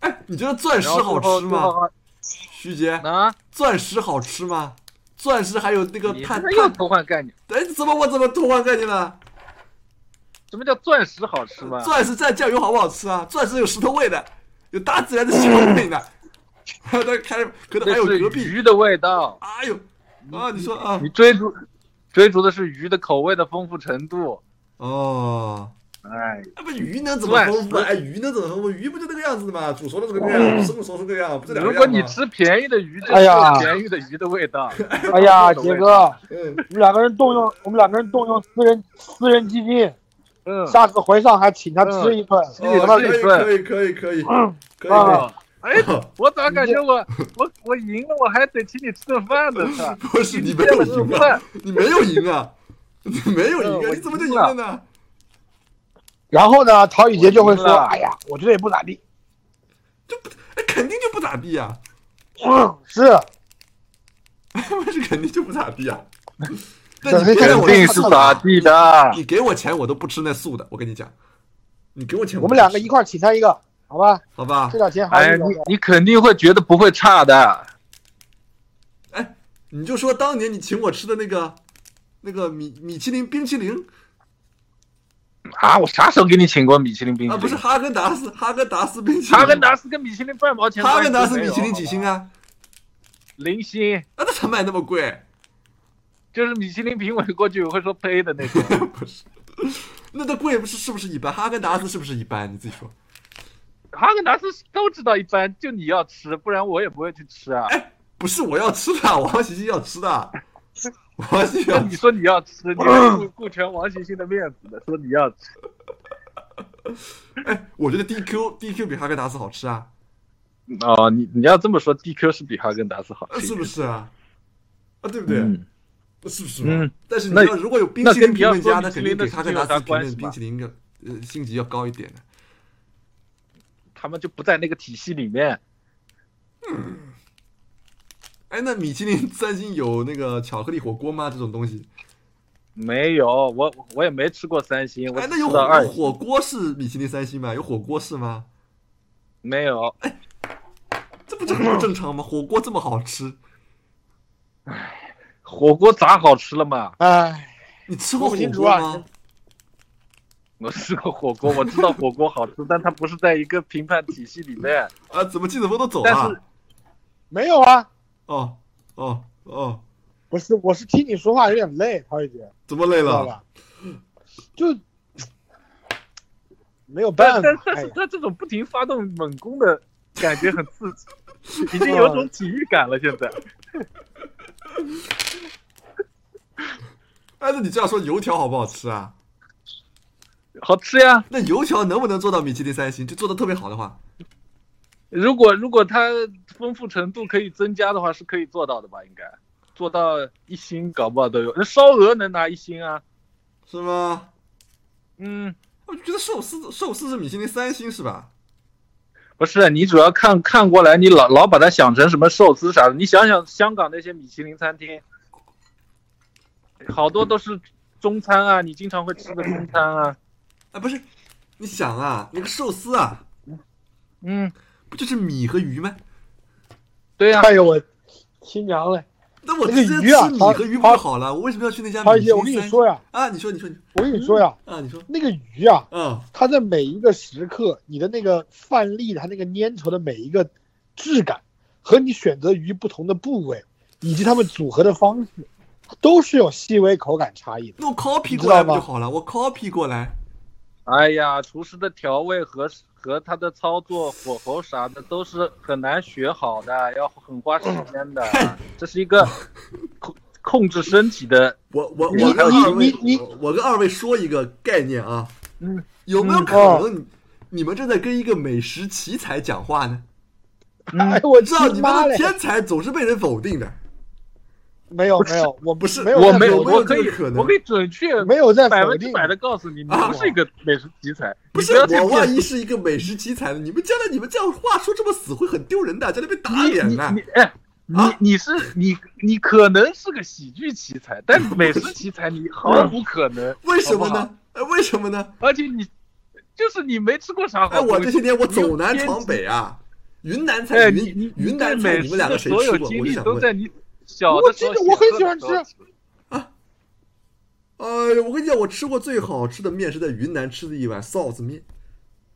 Speaker 1: 哎，你觉得钻石
Speaker 2: 然后
Speaker 1: 好
Speaker 2: 最后
Speaker 1: 吃
Speaker 2: 最后
Speaker 1: 吗？
Speaker 2: 还
Speaker 1: 徐杰，
Speaker 2: 啊，
Speaker 1: 钻石好吃吗？钻石还有那个
Speaker 2: 你
Speaker 1: 碳
Speaker 2: 这又
Speaker 1: 碳，
Speaker 2: 偷换概念？
Speaker 1: 哎，怎么我怎么偷换概念了？
Speaker 2: 什么叫钻石好吃吗？
Speaker 1: 钻石蘸酱油好不好吃啊？钻石有石头味的，有大自然的香味 呢。还有那开，可能还有
Speaker 2: 那是
Speaker 1: 隔壁。
Speaker 2: 鱼的味道。
Speaker 1: 哎呦，啊，你说啊
Speaker 2: 你，追逐追逐的是鱼的口味的丰富程度。
Speaker 1: 哦，
Speaker 2: 哎，
Speaker 1: 那不鱼能怎么丰富？哎，鱼能怎么丰富？鱼不就那个样子的吗？煮熟了这个样，生熟这个样，不这两
Speaker 2: 嗯如
Speaker 1: 个
Speaker 2: 果
Speaker 1: 样吗啊
Speaker 2: 你？吃便宜的鱼，这
Speaker 3: 哎呀
Speaker 2: 是便宜的鱼的味道。
Speaker 3: 哎呀，哎杰哥，
Speaker 1: 嗯，
Speaker 3: 我们两个人动用我们两个人动用私人私人基金，
Speaker 2: 嗯，
Speaker 3: 下次回上海请他吃一顿，
Speaker 1: 哦，
Speaker 3: 他
Speaker 1: 可以可以可以可以
Speaker 2: 嗯
Speaker 1: 可以可
Speaker 3: 啊
Speaker 2: 哎，我咋感觉我我我赢了，我还得请你吃顿饭呢？是吧
Speaker 1: 以， 不是你没
Speaker 2: 这
Speaker 1: 有
Speaker 2: 么吃
Speaker 1: 赢啊
Speaker 2: 饭，，
Speaker 1: 你没有赢啊，你没有赢
Speaker 2: 嗯
Speaker 1: 啊，
Speaker 2: 我
Speaker 1: 你怎么就
Speaker 2: 赢
Speaker 1: 赢
Speaker 2: 了
Speaker 1: 了呢？
Speaker 3: 然后呢，陶宇杰就会
Speaker 2: 我
Speaker 3: 说
Speaker 2: 赢了：“
Speaker 3: 哎呀，我觉得也不咋地。
Speaker 1: 哎，肯定就不咋地啊呀，
Speaker 3: 嗯”是，
Speaker 1: 不是肯定就不咋地 呀。那
Speaker 3: 肯
Speaker 1: 你别
Speaker 3: 定
Speaker 1: 让我
Speaker 2: 肯定
Speaker 1: 吃
Speaker 2: 是
Speaker 1: 素的啊
Speaker 2: 咋地的？
Speaker 1: 你给我钱我都不吃那素的，我跟你讲，你给我钱
Speaker 3: 我
Speaker 1: 不
Speaker 3: 们两个
Speaker 1: 吃
Speaker 3: 一块儿请他一个，好吧？
Speaker 1: 好吧
Speaker 3: 这？点钱还
Speaker 2: 哎呀，
Speaker 3: 是有
Speaker 2: 你
Speaker 3: 的。
Speaker 2: 你肯定会觉得不会差的。
Speaker 1: 哎，你就说当年你请我吃的那个那个米米其林冰淇淋，
Speaker 2: 啊，我啥时候给你请过米其林冰淇
Speaker 1: 啊，
Speaker 2: 淋？
Speaker 1: 不是哈根达斯，哈根达斯冰淇淋，
Speaker 2: 哈根达斯跟米其林半毛钱
Speaker 1: 哈
Speaker 2: 关
Speaker 1: 根
Speaker 2: 系都没
Speaker 1: 达
Speaker 2: 有。
Speaker 1: 斯米其林几星
Speaker 2: 好吧？
Speaker 1: 啊？
Speaker 2: 零星，
Speaker 1: 啊，那咋卖那么贵？
Speaker 2: 就是米其林评委过去会说呸的那种。
Speaker 1: 不是，那它贵不是是不是一般？哈根达斯是不是一般？你自己说。
Speaker 2: 哈根达斯都知道一般，就你要吃，不然我也不会去吃
Speaker 1: 哎
Speaker 2: 啊。
Speaker 1: 不是我要吃的，王喜喜要吃的，王喜
Speaker 2: 那
Speaker 1: 要
Speaker 2: 你说你要 吃，你要顾顾全王行星的面子的，说你要吃，
Speaker 1: 哎，我觉得 DQ DQ 比哈根达斯好吃啊，
Speaker 2: 哦，你你要这么说，DQ 是比哈根达斯好
Speaker 1: 呃是
Speaker 2: 吃一点，
Speaker 1: 不是啊？啊，对不对？
Speaker 2: 嗯
Speaker 1: 是不是？
Speaker 2: 嗯。
Speaker 1: 但是你
Speaker 2: 那
Speaker 1: 要如果有冰
Speaker 2: 那
Speaker 1: 淇
Speaker 2: 跟
Speaker 1: 淋
Speaker 2: 你
Speaker 1: 评
Speaker 2: 要
Speaker 1: 论家，
Speaker 2: 说
Speaker 1: 那
Speaker 2: 米
Speaker 1: 肯
Speaker 2: 其
Speaker 1: 定
Speaker 2: 林的
Speaker 1: 比哈根
Speaker 2: 事情
Speaker 1: 达
Speaker 2: 有啥
Speaker 1: 斯评
Speaker 2: 关系
Speaker 1: 论冰
Speaker 2: 吧
Speaker 1: 淇淋的呃星级要高一点的。
Speaker 2: 他们就不在那个体系里面。
Speaker 1: 哎，那米其林三星有那个巧克力火锅吗？这种东西？
Speaker 2: 没有，我我也没吃过三星，我
Speaker 1: 哎，那
Speaker 2: 只
Speaker 1: 有
Speaker 2: 吃了二
Speaker 1: 火
Speaker 2: 星。
Speaker 1: 火锅是米其林三星吗？有火锅是吗？
Speaker 2: 没有，
Speaker 1: 这不是很不正常吗？火锅这么好吃，
Speaker 2: 火锅咋好吃了嘛？
Speaker 3: 哎，
Speaker 1: 你吃过
Speaker 3: 我
Speaker 1: 火
Speaker 3: 不清楚
Speaker 1: 锅
Speaker 3: 啊
Speaker 1: 吗？
Speaker 2: 我吃过火锅，我知道火锅好吃，但它不是在一个评判体系里面。
Speaker 1: 啊，怎么季子峰都走
Speaker 2: 但
Speaker 1: 了啊
Speaker 2: 是？
Speaker 3: 没有啊，
Speaker 1: 哦哦哦，
Speaker 3: 不是，我是听你说话有点累，陶宇姐，
Speaker 1: 怎么累
Speaker 3: 知道
Speaker 1: 了？
Speaker 3: 吧？嗯就没有办
Speaker 2: 但但
Speaker 3: 法，
Speaker 2: 但
Speaker 3: 哎
Speaker 2: 是
Speaker 3: 呀，
Speaker 2: 他这种不停发动猛攻的感觉很刺 激，已经有种体育感了。现在
Speaker 1: 哎，那你这样说油条好不好吃啊？
Speaker 2: 好吃呀，
Speaker 1: 那油条能不能做到米其林三星？就做的特别好的话，
Speaker 2: 如果如果它丰富程度可以增加的话，是可以做到的吧？应该做到一星，搞不好都有。那烧鹅能拿一星啊？
Speaker 1: 是吗？
Speaker 2: 嗯，
Speaker 1: 我就觉得寿司寿司是米其林三星是吧？
Speaker 2: 不是，你主要 看看过来，你老老把它想成什么寿司啥的。你想想香港那些米其林餐厅，好多都是中餐啊，你经常会吃的中餐啊。
Speaker 1: 哎，不是，你想啊，那个寿司啊，
Speaker 2: 嗯，
Speaker 1: 不就是米和鱼吗？
Speaker 2: 对呀、
Speaker 3: 哎呦我亲娘嘞！
Speaker 1: 那我
Speaker 3: 那
Speaker 1: 直
Speaker 3: 个
Speaker 1: 接
Speaker 3: 鱼啊
Speaker 1: 吃米
Speaker 3: 它
Speaker 1: 和鱼不
Speaker 3: 它
Speaker 1: 就好了？我为什么要去那家
Speaker 3: 陶
Speaker 1: 米
Speaker 3: 宇
Speaker 1: 其
Speaker 3: 姐，我跟
Speaker 1: 林
Speaker 3: 你
Speaker 1: 三星
Speaker 3: 说呀，
Speaker 1: 啊？你说，你说，你说
Speaker 3: 我跟你说呀，
Speaker 1: 啊，你说，
Speaker 3: 那个鱼啊，
Speaker 1: 嗯，
Speaker 3: 它在每一个时刻，你的那个饭粒，它那个粘稠的每一个质感，和你选择鱼不同的部位，以及它们组合的方式，都是有细微口感差异的。
Speaker 1: 那我 copy
Speaker 3: 你知
Speaker 1: 过来
Speaker 3: 道
Speaker 1: 不就
Speaker 3: 吗
Speaker 1: 好了？我 copy 过来，
Speaker 2: 哎呀，厨师的调味和和他的操作、火候啥的都是很难学好的，要很花时间 的。这是一个控控制身体的，
Speaker 1: 我我
Speaker 3: 你
Speaker 1: 我跟
Speaker 3: 你
Speaker 1: 二位
Speaker 3: 你你
Speaker 1: 我我跟二位说一个概念啊，
Speaker 2: 嗯，
Speaker 1: 有没有
Speaker 2: 嗯
Speaker 1: 可
Speaker 3: 哦
Speaker 1: 能你你们正在跟一个美食奇才讲话呢？
Speaker 3: 哎
Speaker 2: 嗯，
Speaker 3: 我
Speaker 1: 知道你
Speaker 3: 亲
Speaker 1: 们
Speaker 3: 妈
Speaker 1: 的
Speaker 3: 嘞！
Speaker 1: 天才总是被人否定的，
Speaker 3: 没有没有，我
Speaker 1: 不是
Speaker 3: 没有
Speaker 2: 我
Speaker 3: 在
Speaker 2: 没
Speaker 1: 有
Speaker 2: 有，
Speaker 3: 否
Speaker 1: 没有
Speaker 2: 我可
Speaker 1: 这
Speaker 2: 以
Speaker 1: 个可，能
Speaker 2: 我可以准确
Speaker 3: 没有在
Speaker 2: 百
Speaker 3: 否
Speaker 2: 分之
Speaker 3: 定
Speaker 2: 百的告诉你，你
Speaker 1: 啊
Speaker 2: 不是一个美食奇才，
Speaker 1: 不是
Speaker 2: 你要去
Speaker 1: 我万
Speaker 2: 骗啊
Speaker 1: 一是一个美食奇才呢？你们将来你们这样话说这么死会很丢人的，将来被打
Speaker 2: 你
Speaker 1: 脸
Speaker 2: 你
Speaker 1: 的
Speaker 2: 你。哎。你
Speaker 1: 啊，
Speaker 2: 你是你你可能是个喜剧奇才，但美食奇才你毫无可能
Speaker 1: 为什么
Speaker 2: 好不好？
Speaker 1: 呢？哎，为什么呢？
Speaker 2: 而且你就是你没吃过啥好
Speaker 1: 哎，
Speaker 2: 东西。
Speaker 1: 我这些年我
Speaker 2: 你又
Speaker 1: 走南
Speaker 2: 偏
Speaker 1: 闯北啊，云南
Speaker 2: 哎，
Speaker 1: 菜
Speaker 2: 你你
Speaker 1: 云云南
Speaker 2: 对
Speaker 1: 菜，
Speaker 2: 美
Speaker 1: 你
Speaker 2: 食
Speaker 1: 们两个
Speaker 2: 的
Speaker 1: 谁
Speaker 2: 所有
Speaker 1: 吃过？
Speaker 2: 经
Speaker 1: 我就
Speaker 2: 历
Speaker 1: 想
Speaker 2: 都在
Speaker 1: 问。
Speaker 2: 你小
Speaker 3: 我
Speaker 2: 的
Speaker 3: 记
Speaker 2: 时候，
Speaker 3: 得我很喜欢
Speaker 2: 小的时候
Speaker 3: 吃。
Speaker 1: 哎，我跟你讲，我吃过最好吃的面是在云南吃的一碗臊子面，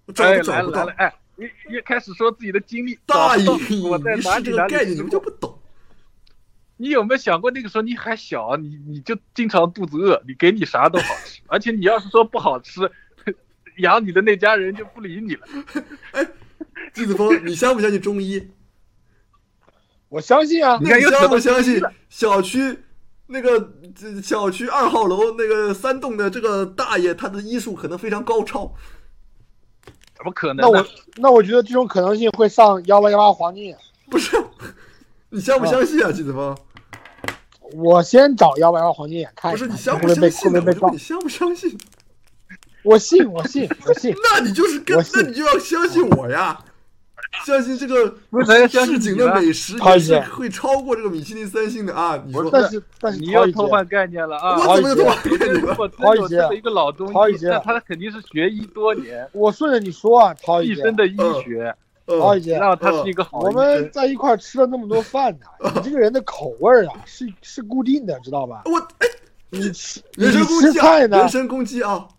Speaker 1: 我找
Speaker 2: 哎，
Speaker 1: 都
Speaker 2: 来
Speaker 1: 找不
Speaker 2: 了
Speaker 1: 到
Speaker 2: 来了，。哎，一一开始说自己的经历，
Speaker 1: 大
Speaker 2: 早
Speaker 1: 隐
Speaker 2: 上
Speaker 1: 隐
Speaker 2: 我在
Speaker 1: 于
Speaker 2: 哪
Speaker 1: 市这个
Speaker 2: 里哪
Speaker 1: 概
Speaker 2: 里
Speaker 1: 念你
Speaker 2: 吃
Speaker 1: 们就
Speaker 2: 过。
Speaker 1: 不懂。
Speaker 2: 你有没有想过那个时候你还小，你你就经常肚子饿，你给你啥都好吃，而且你要是说不好吃，养你的那家人就不理你了。
Speaker 1: 季子峰，你相不相信中医？
Speaker 3: 我相信 啊，
Speaker 2: 你看又扯
Speaker 1: 相
Speaker 2: 到
Speaker 1: 不相
Speaker 2: 中医
Speaker 1: 信
Speaker 2: 了
Speaker 1: 小区那个这小区二号楼那个三栋的这个大爷，他的医术可能非常高超。
Speaker 2: 怎么可能呢？
Speaker 3: 那我那我觉得这种可能性会上幺八幺八黄金眼。
Speaker 1: 不是，你相不相信
Speaker 3: 哦
Speaker 1: 啊，季子峰？
Speaker 3: 我先找幺八幺八黄金眼看
Speaker 1: 不
Speaker 3: 一
Speaker 1: 是
Speaker 3: 看
Speaker 1: 你
Speaker 3: 哎会
Speaker 1: 相
Speaker 3: 不
Speaker 1: 不
Speaker 3: 会
Speaker 1: 相信啊？
Speaker 3: 被会不会
Speaker 1: 我
Speaker 3: 被
Speaker 1: 就问
Speaker 3: 告
Speaker 1: 你。相不相信？
Speaker 3: 我信，我信，我 信。
Speaker 1: 那你就是跟
Speaker 3: 我信
Speaker 1: 那你就要相信我呀，相信这个
Speaker 2: 不是大家相
Speaker 1: 市
Speaker 2: 信你啊
Speaker 1: 井的
Speaker 2: 了
Speaker 1: 美食
Speaker 3: 陶
Speaker 1: 也
Speaker 3: 宇
Speaker 1: 是
Speaker 3: 姐
Speaker 1: 会超过这个米其林三星的啊！你
Speaker 2: 不
Speaker 1: 说
Speaker 2: 是
Speaker 3: 但是但是
Speaker 2: 你
Speaker 3: 陶
Speaker 2: 又
Speaker 3: 宇
Speaker 2: 偷
Speaker 3: 姐
Speaker 2: 换概念了啊！
Speaker 1: 我怎么又
Speaker 3: 陶宇
Speaker 1: 懂
Speaker 3: 姐
Speaker 1: 了？
Speaker 2: 如 果真
Speaker 3: 陶宇
Speaker 2: 有这
Speaker 3: 姐
Speaker 2: 么一个老中
Speaker 3: 陶宇
Speaker 2: 医，
Speaker 3: 姐
Speaker 2: 那他肯定是学医多年，
Speaker 3: 我顺着你说啊，陶
Speaker 2: 一
Speaker 3: 宇姐，
Speaker 2: 身的医学，
Speaker 3: 陶
Speaker 1: 嗯
Speaker 3: 宇姐，
Speaker 2: 让他是一个好
Speaker 3: 我
Speaker 2: 医生
Speaker 3: 们。在一块儿吃了那么多饭呢、你这个人的口味儿啊，是是固定的，知道吧？
Speaker 1: 我哎，
Speaker 3: 你吃你
Speaker 1: 人身攻
Speaker 3: 吃
Speaker 1: 击啊！
Speaker 3: 菜呢
Speaker 1: 人，身攻击啊！
Speaker 2: 嗯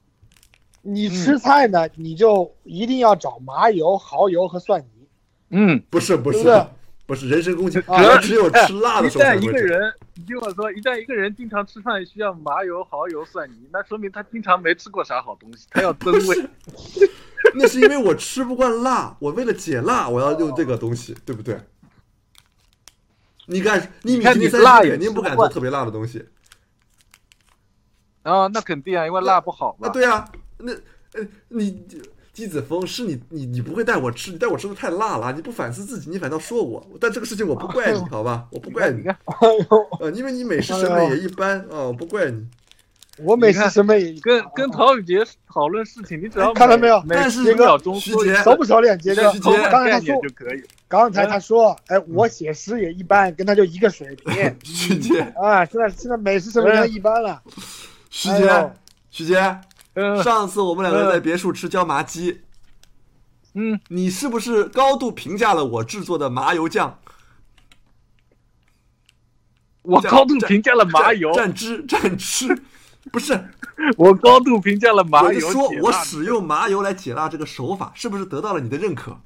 Speaker 3: 你吃菜呢，你就一定要找麻油、蚝油和蒜泥。
Speaker 2: 嗯，
Speaker 1: 不是不是
Speaker 3: 对不对
Speaker 1: 不是人身攻击，
Speaker 3: 啊
Speaker 1: 我只有吃辣
Speaker 2: 一
Speaker 1: 的时候才
Speaker 2: 旦
Speaker 1: 会
Speaker 2: 一个
Speaker 1: 吃。
Speaker 2: 人，你听我说，一旦一个人经常吃饭需要麻油、蚝油、蒜泥，那说明他经常没吃过啥好东西，他要 增味。
Speaker 1: 那是因为我吃不惯辣，我为了解辣，我要用这个东西，对不对？你敢，你
Speaker 2: 你看
Speaker 1: 米其林
Speaker 2: 你
Speaker 1: 三星
Speaker 2: 辣也
Speaker 1: 肯定不
Speaker 2: 吃不
Speaker 1: 敢做
Speaker 2: 惯
Speaker 1: 特别辣的东西。
Speaker 2: 啊，那肯定啊，因为辣不好嘛。
Speaker 1: 啊，对啊，那呃，你季子峰是你你你不会带我吃，你带我吃的太辣了，你不反思自己，你反倒说我。但这个事情我不怪 你，好吧，我不
Speaker 2: 你
Speaker 1: 怪
Speaker 2: 看，你
Speaker 1: 你，
Speaker 2: 看，哎
Speaker 3: 哎呦，
Speaker 1: 呃，因为你美食审美也一般啊，我不怪你。
Speaker 3: 我每次审美
Speaker 2: 跟跟陶宇杰讨论事情，你只要
Speaker 3: 哎看到没有
Speaker 2: 每
Speaker 1: 但是
Speaker 2: 每几秒钟
Speaker 1: 徐
Speaker 2: 说一
Speaker 1: 杰
Speaker 3: 熟不熟练，杰哥
Speaker 1: 徐。杰
Speaker 2: 头发
Speaker 3: 刚才
Speaker 2: 概
Speaker 3: 他
Speaker 2: 念
Speaker 3: 说
Speaker 2: 就嗯可以。
Speaker 3: 刚才他说，哎，我写诗也一般，跟他就一个水平
Speaker 2: 嗯
Speaker 1: 徐杰，
Speaker 3: 啊。现在现在美食审美太一般了。
Speaker 1: 徐
Speaker 3: 哎
Speaker 1: 杰
Speaker 3: 呦，
Speaker 1: 徐杰，
Speaker 2: 嗯
Speaker 1: 上次我们两个人在别墅吃椒麻鸡，
Speaker 2: 嗯，
Speaker 1: 你是不是高度评价了我制作的麻油酱、
Speaker 2: 我
Speaker 1: 这
Speaker 2: 高度
Speaker 1: 这
Speaker 2: 评价了麻油，
Speaker 1: 蘸蘸汁、蘸汁？不是，
Speaker 2: 我高度评价了麻
Speaker 1: 我是
Speaker 2: 油。
Speaker 1: 说
Speaker 2: 解
Speaker 1: 我
Speaker 2: 辣
Speaker 1: 使用麻油来解辣这个手法，是不是得到了你的认可？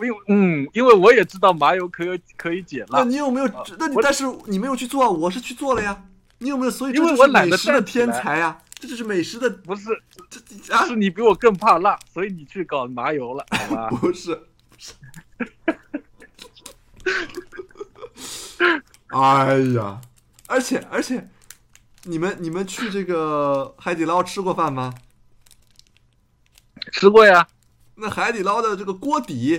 Speaker 2: 我有嗯，因为我也知道麻油可以可以解
Speaker 1: 那
Speaker 2: 辣，
Speaker 1: 你有没有
Speaker 2: 啊？
Speaker 1: 那你
Speaker 2: 我
Speaker 1: 但是你没有去做啊，我是去做了呀。你有没有？所以这
Speaker 2: 因为
Speaker 1: 就
Speaker 2: 我
Speaker 1: 是
Speaker 2: 懒
Speaker 1: 美
Speaker 2: 得
Speaker 1: 食的
Speaker 2: 站起来
Speaker 1: 天才呀，这就是美食的
Speaker 2: 不是，
Speaker 1: 这这啊
Speaker 2: 是，你比我更怕辣，所以你去搞麻油了，好吧？
Speaker 1: 不是。哎呀，而且而且，你们你们去这个海底捞吃过饭吗？
Speaker 2: 吃过呀，
Speaker 1: 那海底捞的这个锅底，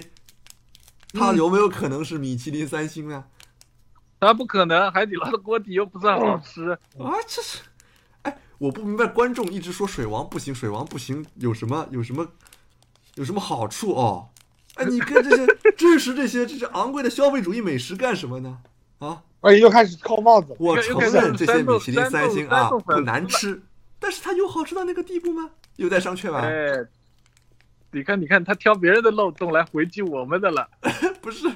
Speaker 2: 嗯
Speaker 1: 它有没有可能是米其林三星啊呢？
Speaker 2: 那不可能，海底捞的锅底又不算好吃，
Speaker 1: 啊，这是，哎，我不明白观众一直说水王不行，水王不行，有什么有什么有什么好处哦？哎，你跟这些支持这些这些昂贵的消费主义美食干什么呢？啊，
Speaker 3: 哎，又开始扣帽子了。
Speaker 1: 我
Speaker 2: 又
Speaker 1: 承
Speaker 2: 开始
Speaker 1: 认这些
Speaker 2: 煽动
Speaker 1: 米其林
Speaker 2: 煽
Speaker 1: 三
Speaker 2: 动
Speaker 1: 星
Speaker 2: 煽
Speaker 1: 啊
Speaker 2: 动粉
Speaker 1: 不
Speaker 2: 丝
Speaker 1: 难
Speaker 2: 了
Speaker 1: 吃，但是它有好吃到那个地步吗？有待商榷吧。
Speaker 2: 哎。你看，你看，他挑别人的漏洞来回击我们的了。
Speaker 1: 不是，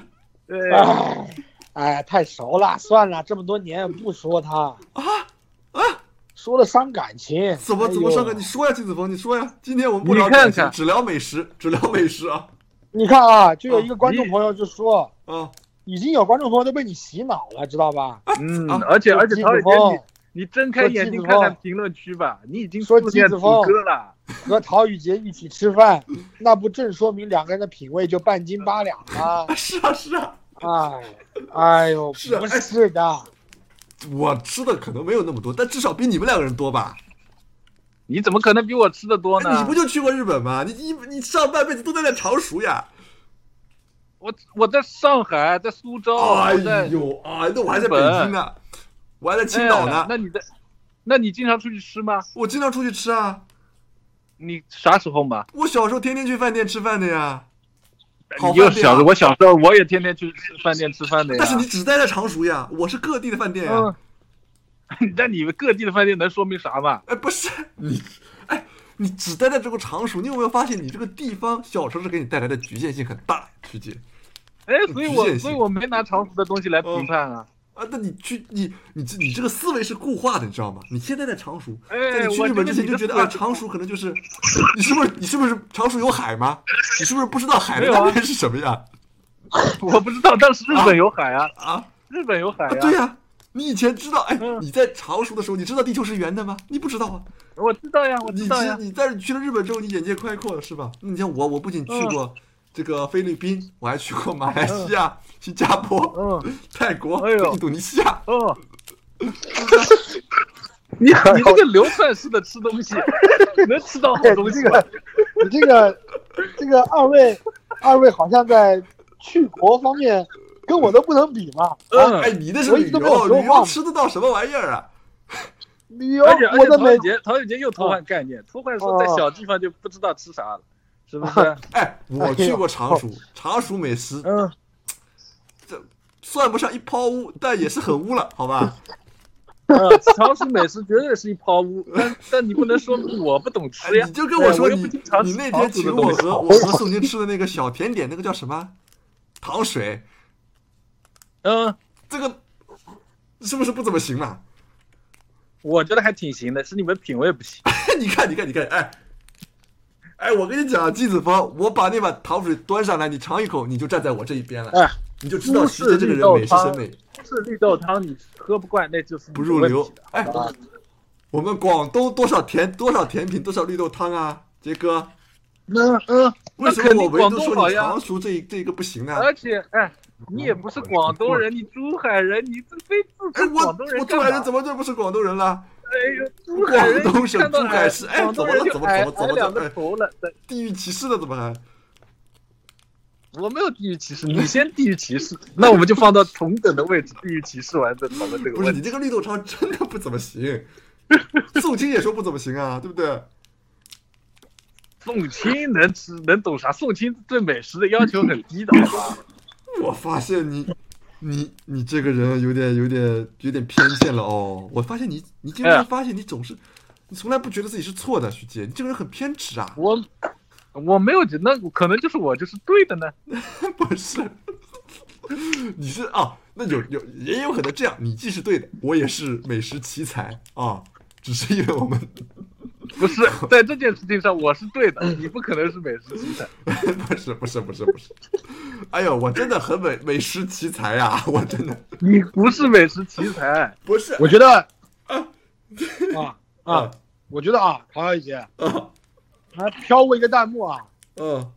Speaker 2: 对，
Speaker 1: 啊
Speaker 3: 哎，哎，太熟了，算了，这么多年不说他啊
Speaker 1: 啊，
Speaker 3: 说了伤感情。
Speaker 1: 怎么怎么上课？
Speaker 3: 哎呦
Speaker 1: 你说呀，金子峰，你说呀。今天我们不
Speaker 2: 你
Speaker 1: 聊
Speaker 2: 看
Speaker 1: 感情，
Speaker 2: 看
Speaker 1: 只聊美食，只聊美食啊
Speaker 3: 你看啊，就有一个观
Speaker 2: 啊
Speaker 3: 众
Speaker 2: 你
Speaker 3: 朋友就说，
Speaker 1: 啊！
Speaker 3: 已经有观众朋友都被你洗脑了，知道吧？
Speaker 2: 嗯
Speaker 1: 啊，
Speaker 2: 而且而且，
Speaker 3: 季
Speaker 2: 陶
Speaker 3: 子
Speaker 2: 宇杰，
Speaker 3: 峰
Speaker 2: 你你睁开
Speaker 3: 说季
Speaker 2: 眼睛
Speaker 3: 子
Speaker 2: 看看
Speaker 3: 峰
Speaker 2: 评论区吧，你已经
Speaker 3: 说
Speaker 2: 自
Speaker 3: 季
Speaker 2: 恋
Speaker 3: 子
Speaker 2: 主
Speaker 3: 峰
Speaker 2: 歌了。
Speaker 3: 和陶宇杰一起吃饭，那不正说明两个人的品味就半斤八两吗？
Speaker 1: 啊是啊是啊，
Speaker 3: 哎，哎呦，
Speaker 1: 是
Speaker 3: 不是的，
Speaker 1: 我吃的可能没有那么多，但至少比你们两个人多吧？
Speaker 2: 你怎么可能比我吃的多呢？
Speaker 1: 哎你不就去过日本吗？你一你上半辈子都在那常熟呀！
Speaker 2: 我我在上海，在苏州，
Speaker 1: 哎
Speaker 2: 我在
Speaker 1: 呦啊，那我还在北京呢，我还在青岛
Speaker 2: 哎
Speaker 1: 呢，
Speaker 2: 那你在，那你经常出去吃吗？
Speaker 1: 我经常出去吃啊。
Speaker 2: 你啥时候嘛？
Speaker 1: 我小时候天天去饭店吃饭的呀，好
Speaker 2: 你又
Speaker 1: 饭店
Speaker 2: 小
Speaker 1: 啊
Speaker 2: 时候，。我小时候我也天天去吃饭店吃饭的呀。
Speaker 1: 但是你只待在常熟呀，我是各地的饭店啊呀
Speaker 2: 嗯。，那你们各地的饭店能说明啥嘛？
Speaker 1: 哎，不是你，哎，你只待在这个常熟，你有没有发现你这个地方小城市给你带来的局限性很大？徐姐
Speaker 2: 哎，所以
Speaker 1: 局限
Speaker 2: 我
Speaker 1: 性
Speaker 2: 所以我没拿常熟的东西来评判啊。
Speaker 1: 啊，那你去你你这你这个思维是固化的，你知道吗？你现在在常熟，在
Speaker 2: 哎，
Speaker 1: 你去
Speaker 2: 我
Speaker 1: 日本
Speaker 2: 这
Speaker 1: 之
Speaker 2: 个
Speaker 1: 前就
Speaker 2: 你的
Speaker 1: 觉得
Speaker 2: 思维
Speaker 1: 啊，常熟可能就是，你是不是你是不是常熟有海吗？你是不是不知道海的
Speaker 2: 没有啊
Speaker 1: 那边是什么呀？
Speaker 2: 我不知道，当时日本有海啊，
Speaker 1: 啊，
Speaker 2: 日本有海
Speaker 1: 啊对
Speaker 2: 呀。
Speaker 1: 呀、你以前知道哎，
Speaker 2: 嗯
Speaker 1: 你在常熟的时候，你知道地球是圆的吗？你不知道啊，
Speaker 2: 我知道呀，我
Speaker 1: 你
Speaker 2: 知道
Speaker 1: 知
Speaker 2: 呀。
Speaker 1: 你但是去了日本之后，你眼界开阔了是吧？你像我，我不仅去
Speaker 2: 嗯
Speaker 1: 过这个菲律宾，我还去过马来西亚、新加坡、
Speaker 2: 嗯，
Speaker 1: 泰国、
Speaker 2: 哎呦
Speaker 1: 印度尼西亚，
Speaker 2: 哦。你
Speaker 3: 哎
Speaker 2: 你这个流窜式的吃东西，能吃到好
Speaker 3: 哎
Speaker 2: 东
Speaker 3: 你
Speaker 2: 西
Speaker 3: 这
Speaker 2: 吗？
Speaker 3: 个，你这个，这个二位，二位好像在去国方面跟我都不能比嘛。
Speaker 2: 嗯，
Speaker 1: 哎，你那是
Speaker 3: 我一
Speaker 1: 旅
Speaker 3: 直都没有
Speaker 1: 游，
Speaker 3: 说
Speaker 1: 旅
Speaker 3: 话
Speaker 1: 游
Speaker 3: 嘛
Speaker 1: 吃得到什么玩意儿啊？
Speaker 3: 旅游，
Speaker 2: 而且而
Speaker 3: 哎我
Speaker 2: 且
Speaker 3: 的
Speaker 2: 陶
Speaker 3: 美
Speaker 2: 宇杰，陶宇杰又偷换概念，偷换说在小地方就不知道吃啥了，是不是？
Speaker 1: 哎，
Speaker 3: 哎
Speaker 1: 我
Speaker 3: 呦
Speaker 1: 去过常熟，常熟美食
Speaker 2: 嗯，
Speaker 1: 算不上一泡污，但也是很污了，好 吧？
Speaker 2: 嗯常熟美食绝对是一泡污，但但你不能说我不懂吃呀
Speaker 1: 哎你。就跟我说
Speaker 2: 我又
Speaker 1: 你
Speaker 2: 不经常
Speaker 1: 你
Speaker 2: 吃
Speaker 1: 那
Speaker 2: 糖
Speaker 1: 天
Speaker 2: 醋
Speaker 1: 请
Speaker 2: 的
Speaker 1: 我
Speaker 2: 东西
Speaker 1: 和我和宋宁吃的那个小甜点，那个叫什么？糖水，
Speaker 2: 嗯，
Speaker 1: 这个是不是不怎么行嘛？
Speaker 2: 我觉得还挺行的，是你们品味不行。
Speaker 1: 你看，你看，你看，哎，哎，我跟你讲，季子峰，我把那碗糖水端上来，你尝一口，你就站在我这一边了，
Speaker 3: 哎
Speaker 1: 你就知道徐杰这个人美食审美
Speaker 2: 是绿豆汤，你喝不惯那就是
Speaker 1: 不入流。哎
Speaker 2: 啊
Speaker 3: 好吧，
Speaker 1: 我们广东多少甜多少甜品多少绿豆汤啊，杰哥，
Speaker 3: 嗯嗯，
Speaker 1: 为什
Speaker 2: 那肯
Speaker 1: 么我
Speaker 2: 定
Speaker 1: 唯独
Speaker 2: 广东
Speaker 1: 说
Speaker 2: 好
Speaker 1: 你
Speaker 2: 呀
Speaker 1: 常熟这一这一个不行啊呢？
Speaker 2: 而且，哎，你也不是广东人，你珠海人，你这非自
Speaker 1: 嗯哎，
Speaker 2: 称
Speaker 1: 我
Speaker 2: 广东人
Speaker 1: 我
Speaker 2: 干
Speaker 1: 珠
Speaker 2: 嘛？
Speaker 1: 海人怎么就不是广东人了？
Speaker 2: 哎呦， 珠海人
Speaker 1: 广东省
Speaker 2: 看到
Speaker 1: 珠海市哎
Speaker 2: 广东人哎
Speaker 1: 怎
Speaker 2: 就
Speaker 1: 么了
Speaker 2: 矮
Speaker 1: 怎么怎么怎么哎
Speaker 2: 矮两个头了。对
Speaker 1: 地域歧视了怎么还？
Speaker 2: 我没有地域歧视，你先地域歧视，那我 们就放到同等的位置，地域歧视完再讨论这个
Speaker 1: 不是
Speaker 2: 问
Speaker 1: 你
Speaker 2: 题。
Speaker 1: 这个绿豆汤真的不怎么行， 宋青也说不怎么行啊，对不对？
Speaker 2: 宋青能吃能懂啥？宋青对美食的要求很低的，好 吧？
Speaker 1: 我发现你，你你这个人有点有点有点偏见了哦。我发现你，你经
Speaker 2: 哎呀
Speaker 1: 常发现你总是，你从来不觉得自己是错的，徐杰，你这个人很偏执啊。
Speaker 2: 我我没有觉得，那可能就是我就是对的呢。
Speaker 1: 不是，你是啊？那有有也有可能这样，你既是对的，我也是美食奇才啊。只是因为我们
Speaker 2: 不是在这件事情上我是对的，你不可能是美食奇才。
Speaker 1: 不是不是不是不是，哎呦，我真的很美美食奇才呀、啊！我真的
Speaker 2: 你不是美食奇才，
Speaker 1: 不是
Speaker 3: 我觉得啊啊
Speaker 1: 啊，
Speaker 3: 我觉得啊，唐小姐
Speaker 1: 啊
Speaker 3: 还飘过一个弹幕啊，
Speaker 1: 嗯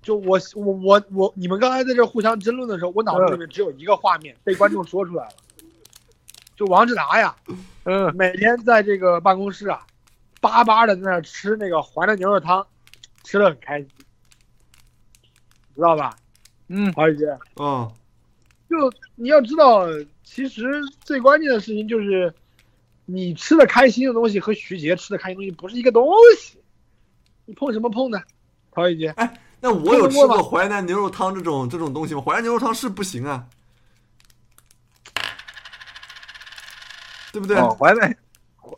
Speaker 3: 就我我我我，你们刚才在这互相争论的时候，我脑子里面只有一个画面被观众说出来了，就王志达呀，
Speaker 2: 嗯，
Speaker 3: 每天在这个办公室啊，巴巴的在那儿吃那个淮南牛肉汤，吃的很开心，知道吧，
Speaker 2: 嗯，
Speaker 3: 华宇姐？
Speaker 1: 嗯
Speaker 3: 就你要知道，其实最关键的事情就是，你吃的开心的东西和徐杰吃的开心的东西不是一个东西，你碰什么碰呢？陶宇杰，
Speaker 1: 那我有吃
Speaker 3: 这
Speaker 1: 过
Speaker 3: 个
Speaker 1: 淮南牛肉汤这种这种东西吗？淮南牛肉汤是不行啊，对不对？
Speaker 2: 哦，淮南，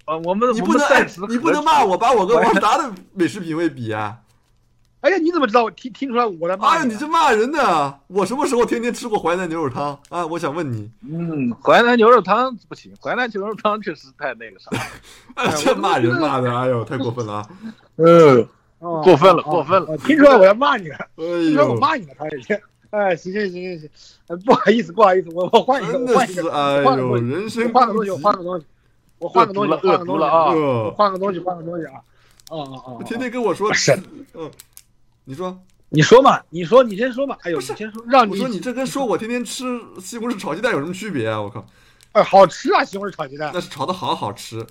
Speaker 2: 呃，我们
Speaker 1: 你
Speaker 2: 我
Speaker 1: 不
Speaker 2: 们
Speaker 1: 能哎
Speaker 2: 暂时，
Speaker 1: 你不能骂我把我跟
Speaker 2: 淮
Speaker 1: 王达的美食品味比啊！
Speaker 3: 哎呀，你怎么知道？我听听出来我在
Speaker 1: 哎
Speaker 3: 骂
Speaker 1: 呀，
Speaker 3: 你
Speaker 1: 你
Speaker 3: 了。
Speaker 1: 这骂人的！我什么时候天天吃过淮南牛肉汤啊？我想问你，
Speaker 2: 嗯，淮南牛肉汤不行，淮南牛肉汤确实太那个啥，
Speaker 1: 哎，
Speaker 2: 我
Speaker 1: 这
Speaker 2: 都
Speaker 1: 骂
Speaker 2: 觉
Speaker 1: 人
Speaker 2: 得
Speaker 1: 骂的，哎呦，太过分了啊！
Speaker 2: 嗯，
Speaker 3: 哦
Speaker 2: 过分了过分了
Speaker 3: 哦听出来我在骂你了，
Speaker 1: 哎
Speaker 3: 听出来我
Speaker 1: 呦，
Speaker 3: 骂你了，陶宇杰。哎，行行行行行，呃不好意思不好意思，我我换一个，
Speaker 1: 真
Speaker 3: 我
Speaker 1: 的
Speaker 3: 换一
Speaker 1: 是
Speaker 3: 个，
Speaker 1: 哎
Speaker 3: 换个
Speaker 1: 呦，
Speaker 3: 位置
Speaker 1: 人
Speaker 3: 我
Speaker 1: 生
Speaker 3: 换个东西，我换
Speaker 1: 换
Speaker 3: 个东西，我换个东西，我换
Speaker 2: 恶
Speaker 3: 个
Speaker 2: 毒
Speaker 3: 东西
Speaker 2: 了啊！
Speaker 3: 我换个东西，换个东西啊！哦哦哦，哦
Speaker 1: 天天跟我说
Speaker 3: 不是，
Speaker 1: 嗯，你说，
Speaker 3: 你说嘛，你说你先说嘛。哎呦，
Speaker 1: 不
Speaker 3: 你
Speaker 1: 是
Speaker 3: 先说，让
Speaker 1: 我说你这跟说我天天吃西红柿炒鸡蛋有什么区别啊？我靠，
Speaker 3: 哎，好吃啊，西红柿炒鸡蛋。
Speaker 1: 那是炒的好好吃。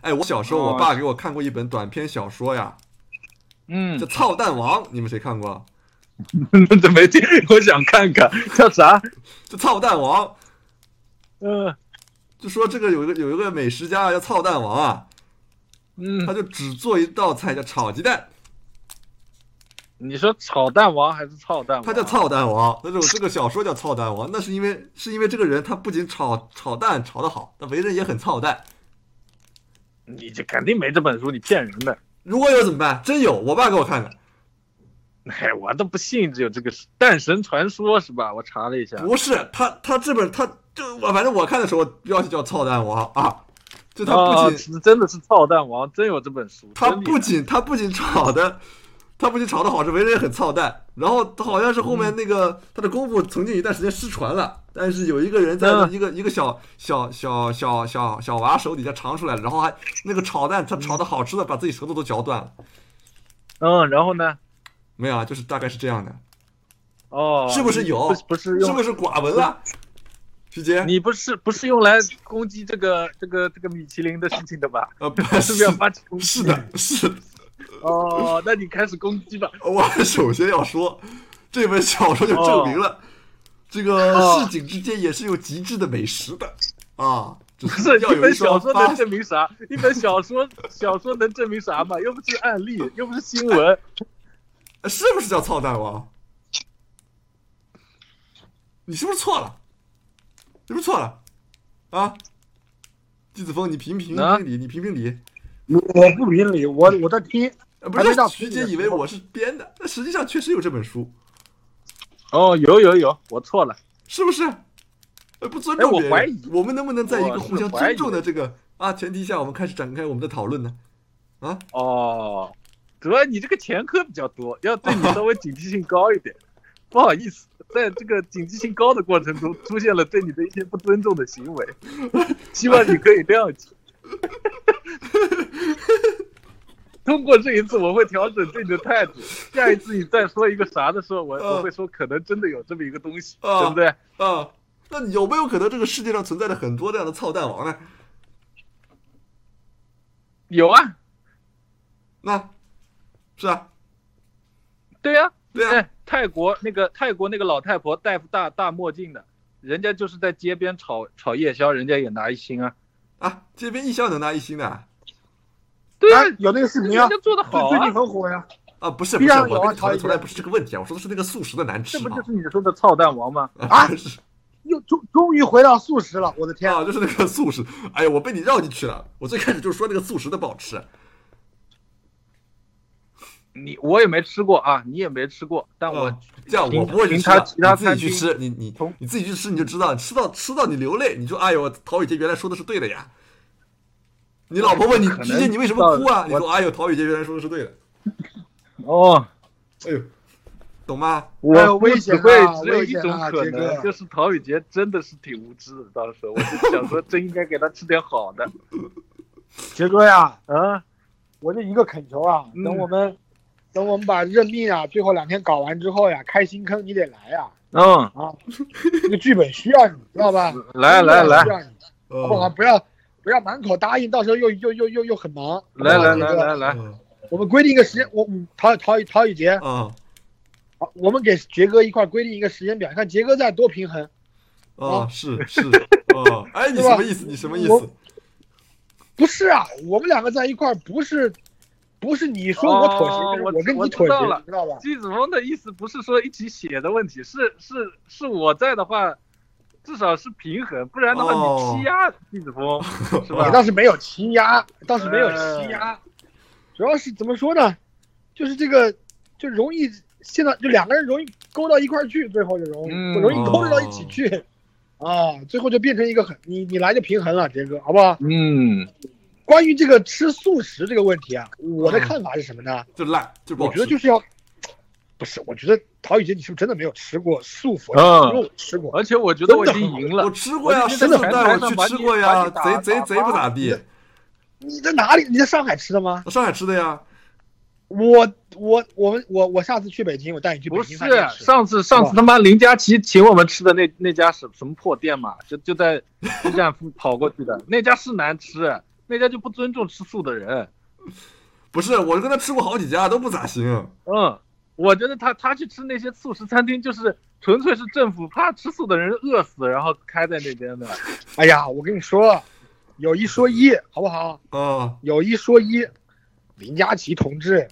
Speaker 1: 哎，我小时候我爸给我看过一本短篇小说呀，
Speaker 2: 嗯
Speaker 1: 叫《操蛋王》，你们谁看过？
Speaker 2: 这没听，我想看看叫啥，
Speaker 1: 这操蛋王
Speaker 2: 嗯
Speaker 1: 就说这个有一个有一个美食家叫操蛋王啊，他
Speaker 2: 嗯，
Speaker 1: 就只做一道菜叫炒鸡蛋，
Speaker 2: 你说炒蛋王还是操蛋王？
Speaker 1: 他叫操蛋王。那种这个小说叫操蛋王，那是因为是因为这个人他不仅炒炒蛋炒得好，他为人也很操蛋。
Speaker 2: 你这肯定没这本书，你骗人的。
Speaker 1: 如果有怎么办？真有，我爸给我看的。
Speaker 2: 哎，我都不信只有这个《蛋神传说》是吧？我查了一下，
Speaker 1: 不是他，他这本他就我反正我看的时候标题叫《操蛋王》啊，就他
Speaker 2: 啊
Speaker 1: 不仅、
Speaker 2: 是真的是操蛋王，真有这本书。
Speaker 1: 他
Speaker 2: 真厉害
Speaker 1: 不仅他不仅炒的，他不仅炒的好，是为人也很操蛋。然后他好像是后
Speaker 2: 嗯
Speaker 1: 面那个、他的功夫曾经有一段时间失传了，但是有一个人在
Speaker 2: 嗯
Speaker 1: 一个、一个小小小小小小娃手底下尝出来了，然后还那个炒蛋他炒的好吃的，把自己舌头都嚼断了。
Speaker 2: 嗯，然后呢？
Speaker 1: 没有啊，就是大概是这样的，
Speaker 2: 哦，
Speaker 1: 是不是
Speaker 2: 你
Speaker 1: 有
Speaker 2: 不是不是
Speaker 1: 是
Speaker 2: 用
Speaker 1: 不是寡闻了？徐 杰，
Speaker 2: 你不是不是用来攻击这个这个这个米其林的事情的 吧？
Speaker 1: 呃，不
Speaker 2: 是
Speaker 1: 是
Speaker 2: 不是要发起攻击？
Speaker 1: 是的，是的。
Speaker 2: 哦，那你开始攻击吧。
Speaker 1: 我首先要说，这本小说就证明了，
Speaker 3: 哦
Speaker 1: 这个市井之间也是有极致的美食的啊，只
Speaker 2: 不是
Speaker 1: 要
Speaker 2: 一
Speaker 1: 有
Speaker 2: 本
Speaker 1: 一
Speaker 2: 小
Speaker 1: 双
Speaker 2: 说
Speaker 1: 发
Speaker 2: 能证明啥？一本小说小说能证明啥嘛？又不是案例，又不是新闻。
Speaker 1: 是不是叫操蛋王？你是不是错了？你是不是错了？啊，季子峰，你评评
Speaker 2: 啊
Speaker 1: 评理，你评评理。
Speaker 3: 我我不评理，我我在听。
Speaker 1: 呃不是
Speaker 3: 还没到
Speaker 1: 徐
Speaker 3: 评理
Speaker 1: 姐
Speaker 3: 的
Speaker 1: 以为
Speaker 3: 时候
Speaker 1: 我是编的，那实际上确实有这本书，
Speaker 2: 哦，有有有，我错了。
Speaker 1: 是不是？呃，不尊
Speaker 2: 哎
Speaker 1: 重
Speaker 2: 我
Speaker 1: 别人
Speaker 2: 怀疑
Speaker 1: 我们能不能在一个
Speaker 2: 我
Speaker 1: 互
Speaker 2: 是
Speaker 1: 相
Speaker 2: 怀
Speaker 1: 尊
Speaker 2: 疑
Speaker 1: 重
Speaker 2: 的
Speaker 1: 的这个啊前提下，我们开始展开我们的讨论呢？啊，
Speaker 2: 哦，得你这个前科比较多，要对你稍微警惕性高一点。不好意思，在这个警惕性高的过程中，出现了对你的一些不尊重的行为， 希望你可以谅解。通过这一次，我会调整对你的态度。下一次你再说一个啥的时候，我我会说可能真的有这么一个东西，
Speaker 1: 嗯
Speaker 2: 对不对？
Speaker 1: 啊，那有没有可能这个世界上存在着很多这样的操蛋王呢？
Speaker 2: 有啊，
Speaker 1: 那，是啊，
Speaker 2: 对呀、
Speaker 1: 对啊，
Speaker 2: 哎，泰国那个泰国那个老太婆戴副大大墨镜的，人家就是在街边炒炒夜宵，人家也拿一星啊。
Speaker 1: 啊，这边一箱能拿一星的啊
Speaker 2: 对啊，
Speaker 3: 有那个视
Speaker 2: 人
Speaker 3: 频啊，
Speaker 2: 家
Speaker 3: 最
Speaker 2: 做的好
Speaker 3: 最
Speaker 2: 啊
Speaker 3: 近，很火呀。
Speaker 1: 啊？不是不
Speaker 3: 必
Speaker 1: 是，
Speaker 3: 然
Speaker 1: 我
Speaker 3: 有啊
Speaker 1: 跟你讨
Speaker 3: 曹
Speaker 1: 论
Speaker 3: 一
Speaker 1: 从来不是这个问题啊，我说的是那个素食的难
Speaker 2: 这
Speaker 1: 吃
Speaker 2: 不
Speaker 1: 嘛
Speaker 2: 就是你说的操蛋王吗？
Speaker 1: 啊，
Speaker 3: 啊
Speaker 1: 是
Speaker 3: 又终终于回到素食了，我的天！
Speaker 1: 啊，就是那个素食，哎呀，我被你绕进去了。我最开始就说那个素食的不好吃，
Speaker 2: 你我也没吃过啊，你也没吃过，但我、
Speaker 1: 啊这样我
Speaker 2: 凭
Speaker 1: 不会去
Speaker 2: 凭
Speaker 1: 吃
Speaker 2: 他
Speaker 1: 了
Speaker 2: 其他
Speaker 1: 你自
Speaker 2: 餐
Speaker 1: 己去
Speaker 2: 厅
Speaker 1: 吃，你你
Speaker 2: 从
Speaker 1: 你自己去吃你就知道，吃到吃到你流泪，你就哎呦，陶宇杰原来说的是对的呀。你老婆问你
Speaker 2: 可能
Speaker 1: 之前你为什么哭啊？
Speaker 2: 到
Speaker 1: 你说哎呦，陶宇杰原来说的是对的，
Speaker 2: 哦，
Speaker 1: 哎呦，懂吗？
Speaker 2: 我
Speaker 3: 哎呦
Speaker 2: 我
Speaker 3: 危
Speaker 2: 只
Speaker 3: 险
Speaker 2: 会
Speaker 3: 啊
Speaker 2: 只有
Speaker 3: 危
Speaker 2: 一
Speaker 3: 险
Speaker 2: 种
Speaker 3: 啊
Speaker 2: 可
Speaker 3: 杰
Speaker 2: 能，
Speaker 3: 哥
Speaker 2: 就是陶宇杰真的是挺无知的。当时我就想说，真应该给他吃点好的
Speaker 3: 杰哥呀，
Speaker 2: 啊。
Speaker 3: 我就一个恳求啊，
Speaker 2: 嗯
Speaker 3: 等我们等我们把任命啊，最后两天搞完之后呀，开新坑你得来呀
Speaker 2: 嗯，
Speaker 3: 啊！这个剧本需要你，知道吧？
Speaker 2: 来来
Speaker 3: 剧本
Speaker 2: 来
Speaker 3: 需要你，哇，
Speaker 1: 呃，
Speaker 2: 嗯
Speaker 3: 不要不要满口答应，到时候又又又又又很忙。
Speaker 2: 来来
Speaker 3: 好吧
Speaker 2: 来
Speaker 3: 这个
Speaker 2: 来来，
Speaker 1: 嗯
Speaker 3: 我们规定一个时间，我嗯陶陶陶宇 杰，
Speaker 1: 啊
Speaker 3: 好我们给杰哥一块儿规定一个时间表，你看杰哥在多平衡。
Speaker 1: 啊，是是啊，哎，你什么意思？你什么意思？
Speaker 3: 不是啊，我们两个在一块儿不是，不是你说我妥协，
Speaker 2: 哦
Speaker 3: 就是
Speaker 2: 我
Speaker 3: 我跟
Speaker 2: 我
Speaker 3: 你
Speaker 2: 知
Speaker 3: 妥协，
Speaker 2: 道了
Speaker 3: 你知道吧？
Speaker 2: 季子峰的意思不是说一起写的问题，是是是我在的话，至少是平衡，不然的话
Speaker 1: 哦
Speaker 2: 你欺压季子 峰、是
Speaker 3: 我
Speaker 2: 吧？呃
Speaker 3: 倒是没有欺压，倒是没有欺压，主要是怎么说呢？就是这个，就容易现在就两个人容易勾到一块儿去，最后就容易、
Speaker 2: 嗯
Speaker 3: 容易勾到一起去，啊，最后就变成一个很你你来就平衡了，杰哥，好不好？
Speaker 2: 嗯，
Speaker 3: 关于这个吃素食这个问题啊，
Speaker 2: 嗯
Speaker 3: 我的看法是什么呢？
Speaker 1: 就烂，就不
Speaker 3: 我
Speaker 1: 好
Speaker 3: 觉得就
Speaker 1: 吃。
Speaker 3: 是要，不是，我觉得陶宇杰，你是不是真的没有吃过素佛？
Speaker 2: 嗯
Speaker 3: 因为我吃过，
Speaker 2: 而且我觉得我已经赢
Speaker 1: 我
Speaker 2: 了，
Speaker 1: 吃过呀，
Speaker 2: 我已
Speaker 1: 是
Speaker 2: 经
Speaker 1: 的，
Speaker 2: 在前
Speaker 1: 带
Speaker 2: 台
Speaker 1: 我
Speaker 2: 上
Speaker 1: 去
Speaker 2: 把
Speaker 1: 吃
Speaker 2: 你
Speaker 1: 过呀，
Speaker 2: 把
Speaker 1: 贼
Speaker 2: 你打
Speaker 1: 贼
Speaker 2: 打
Speaker 1: 贼不咋地，
Speaker 3: 你在哪里？你在上海吃的吗？
Speaker 1: 上海吃的呀，
Speaker 3: 我我我们我我下次去北京，我带你去北
Speaker 2: 不
Speaker 3: 京
Speaker 2: 是
Speaker 3: 饭店吃。
Speaker 2: 上次上次他妈林佳琪请我们吃的那那家什什么破店嘛，就就 在 B 站附跑过去的那家是难吃，那家就不尊重吃素的人。
Speaker 1: 不是，我跟他吃过好几家都不咋行。
Speaker 2: 嗯，我觉得他他去吃那些素食餐厅，就是纯粹是政府怕吃素的人饿死，然后开在那边的。
Speaker 3: 哎呀，我跟你说，有一说一，好不好？
Speaker 1: 啊，
Speaker 3: 有一说一，林佳琪同志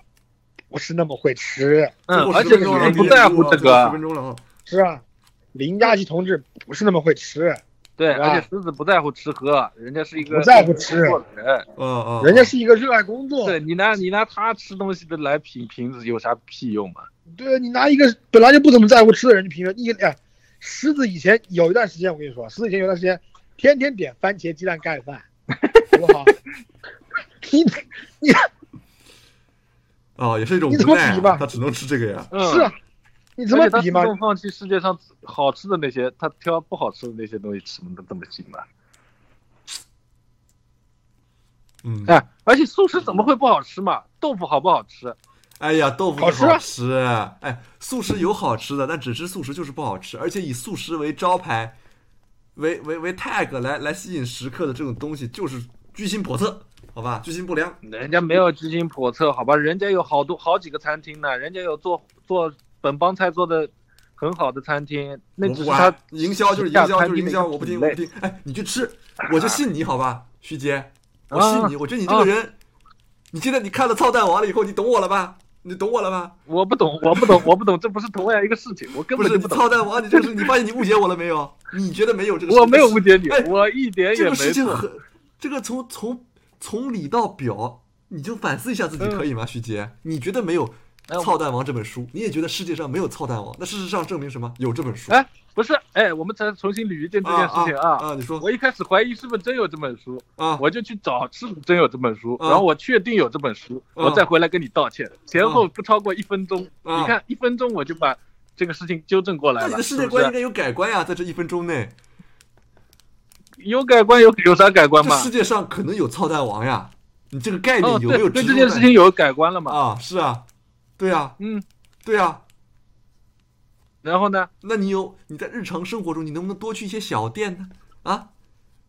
Speaker 3: 不是那么会吃，
Speaker 2: 嗯，
Speaker 1: 最后
Speaker 2: 而
Speaker 1: 10
Speaker 2: 且
Speaker 1: 分钟了
Speaker 2: 你不在乎这
Speaker 1: 最后十
Speaker 2: 个
Speaker 1: 分，钟了啊，
Speaker 3: 是吧？林佳琪同志不是那么会吃，
Speaker 2: 对，
Speaker 3: 是吧
Speaker 2: 而且狮子不在乎吃喝，人家是一个
Speaker 3: 不在乎吃
Speaker 2: 工作的人。
Speaker 1: 啊啊，
Speaker 3: 人家是一个热爱工作，
Speaker 2: 哦对你拿你拿他吃东西的来评评有啥屁用嘛？
Speaker 3: 对你拿一个本来就不怎么在乎吃的人去评论，一哎，狮子以前有一段时间，我跟你说，狮子以前有一段时间，天天点番茄鸡蛋盖饭，好不好？ 你你
Speaker 1: 啊，也是一种
Speaker 3: 你怎么
Speaker 1: 无奈啊
Speaker 3: 比吧
Speaker 1: 他只能吃这个呀。
Speaker 2: 嗯，
Speaker 3: 是啊，你怎
Speaker 2: 而
Speaker 3: 么
Speaker 2: 且他
Speaker 3: 比
Speaker 2: 自
Speaker 3: 嘛？
Speaker 2: 动放弃世界上好吃的那些，他挑不好吃的那些东西吃，那怎么行呢？
Speaker 1: 嗯，
Speaker 2: 哎，而且素食怎么会不好吃嘛？豆腐好不好吃？
Speaker 1: 哎呀，豆腐不
Speaker 3: 好吃
Speaker 1: 好吃，哎，素食有好吃的，但只吃素食就是不好吃，而且以素食为招牌，为为为 tag 来来吸引食客的这种东西，就是居心叵测，好吧，居心不良。
Speaker 2: 人家没有居心叵测，好吧？人家有好多好几个餐厅呢，人家有做做本帮菜做的很好的餐厅，那
Speaker 1: 我
Speaker 2: 只
Speaker 1: 不
Speaker 2: 是他
Speaker 1: 管，营销就是营销就是营销，我不听我不
Speaker 2: 类。
Speaker 1: 听。哎，你去吃，我就信你好吧，徐杰，我
Speaker 2: 啊
Speaker 1: 信你，我觉得你这个人，你现在你看了《操蛋王》了以后，你懂我了吧？你懂我了吧？
Speaker 2: 我不懂，我不懂，我不懂，这不是同样一个事情，我根
Speaker 1: 不
Speaker 2: 本
Speaker 1: 是
Speaker 2: 就
Speaker 1: 你
Speaker 2: 懂。
Speaker 1: 操蛋王，你这个是你发现你误解我了没 有？你觉得没有这个事？
Speaker 2: 我没有误解你
Speaker 1: 哎，
Speaker 2: 我一点
Speaker 1: 这
Speaker 2: 也
Speaker 1: 个
Speaker 2: 没
Speaker 1: 事情啊
Speaker 2: 错。
Speaker 1: 很，这个从从从里到表，你就反思一下自己
Speaker 2: 嗯
Speaker 1: 可以吗？徐杰，你觉得没有？
Speaker 2: 哎我
Speaker 1: 《操蛋王》这本书，你也觉得世界上没有操蛋王，那事实上证明什么？有这本书。
Speaker 2: 哎不是，哎，我们再重新捋一遍这件事情
Speaker 1: 啊啊！你说
Speaker 2: 我一开始怀疑是不是真有这本书，
Speaker 1: 啊，
Speaker 2: 我就去找是不是真有这本书，
Speaker 1: 啊
Speaker 2: 然后我确定有这本书，
Speaker 1: 啊
Speaker 2: 我再回来跟你道歉，前后不超过一分钟。
Speaker 1: 啊
Speaker 2: 你看一分钟我就把这个事情纠正过来
Speaker 1: 那你
Speaker 2: 了，
Speaker 1: 的世界
Speaker 2: 是不
Speaker 1: 观应
Speaker 2: 是？
Speaker 1: 该有改观呀，在这一分钟内，
Speaker 2: 有改观有有啥改观
Speaker 1: 这
Speaker 2: 吗？
Speaker 1: 世界上可能有操蛋王呀，你这个概念
Speaker 2: 哦，
Speaker 1: 有没有
Speaker 2: 对，
Speaker 1: 植入
Speaker 2: 对这
Speaker 1: 在？
Speaker 2: 件事情有改观了嘛？
Speaker 1: 啊，是啊，对啊，
Speaker 2: 嗯，
Speaker 1: 对啊。
Speaker 2: 然后呢？
Speaker 1: 那你有你在日常生活中，你能不能多去一些小店呢？啊，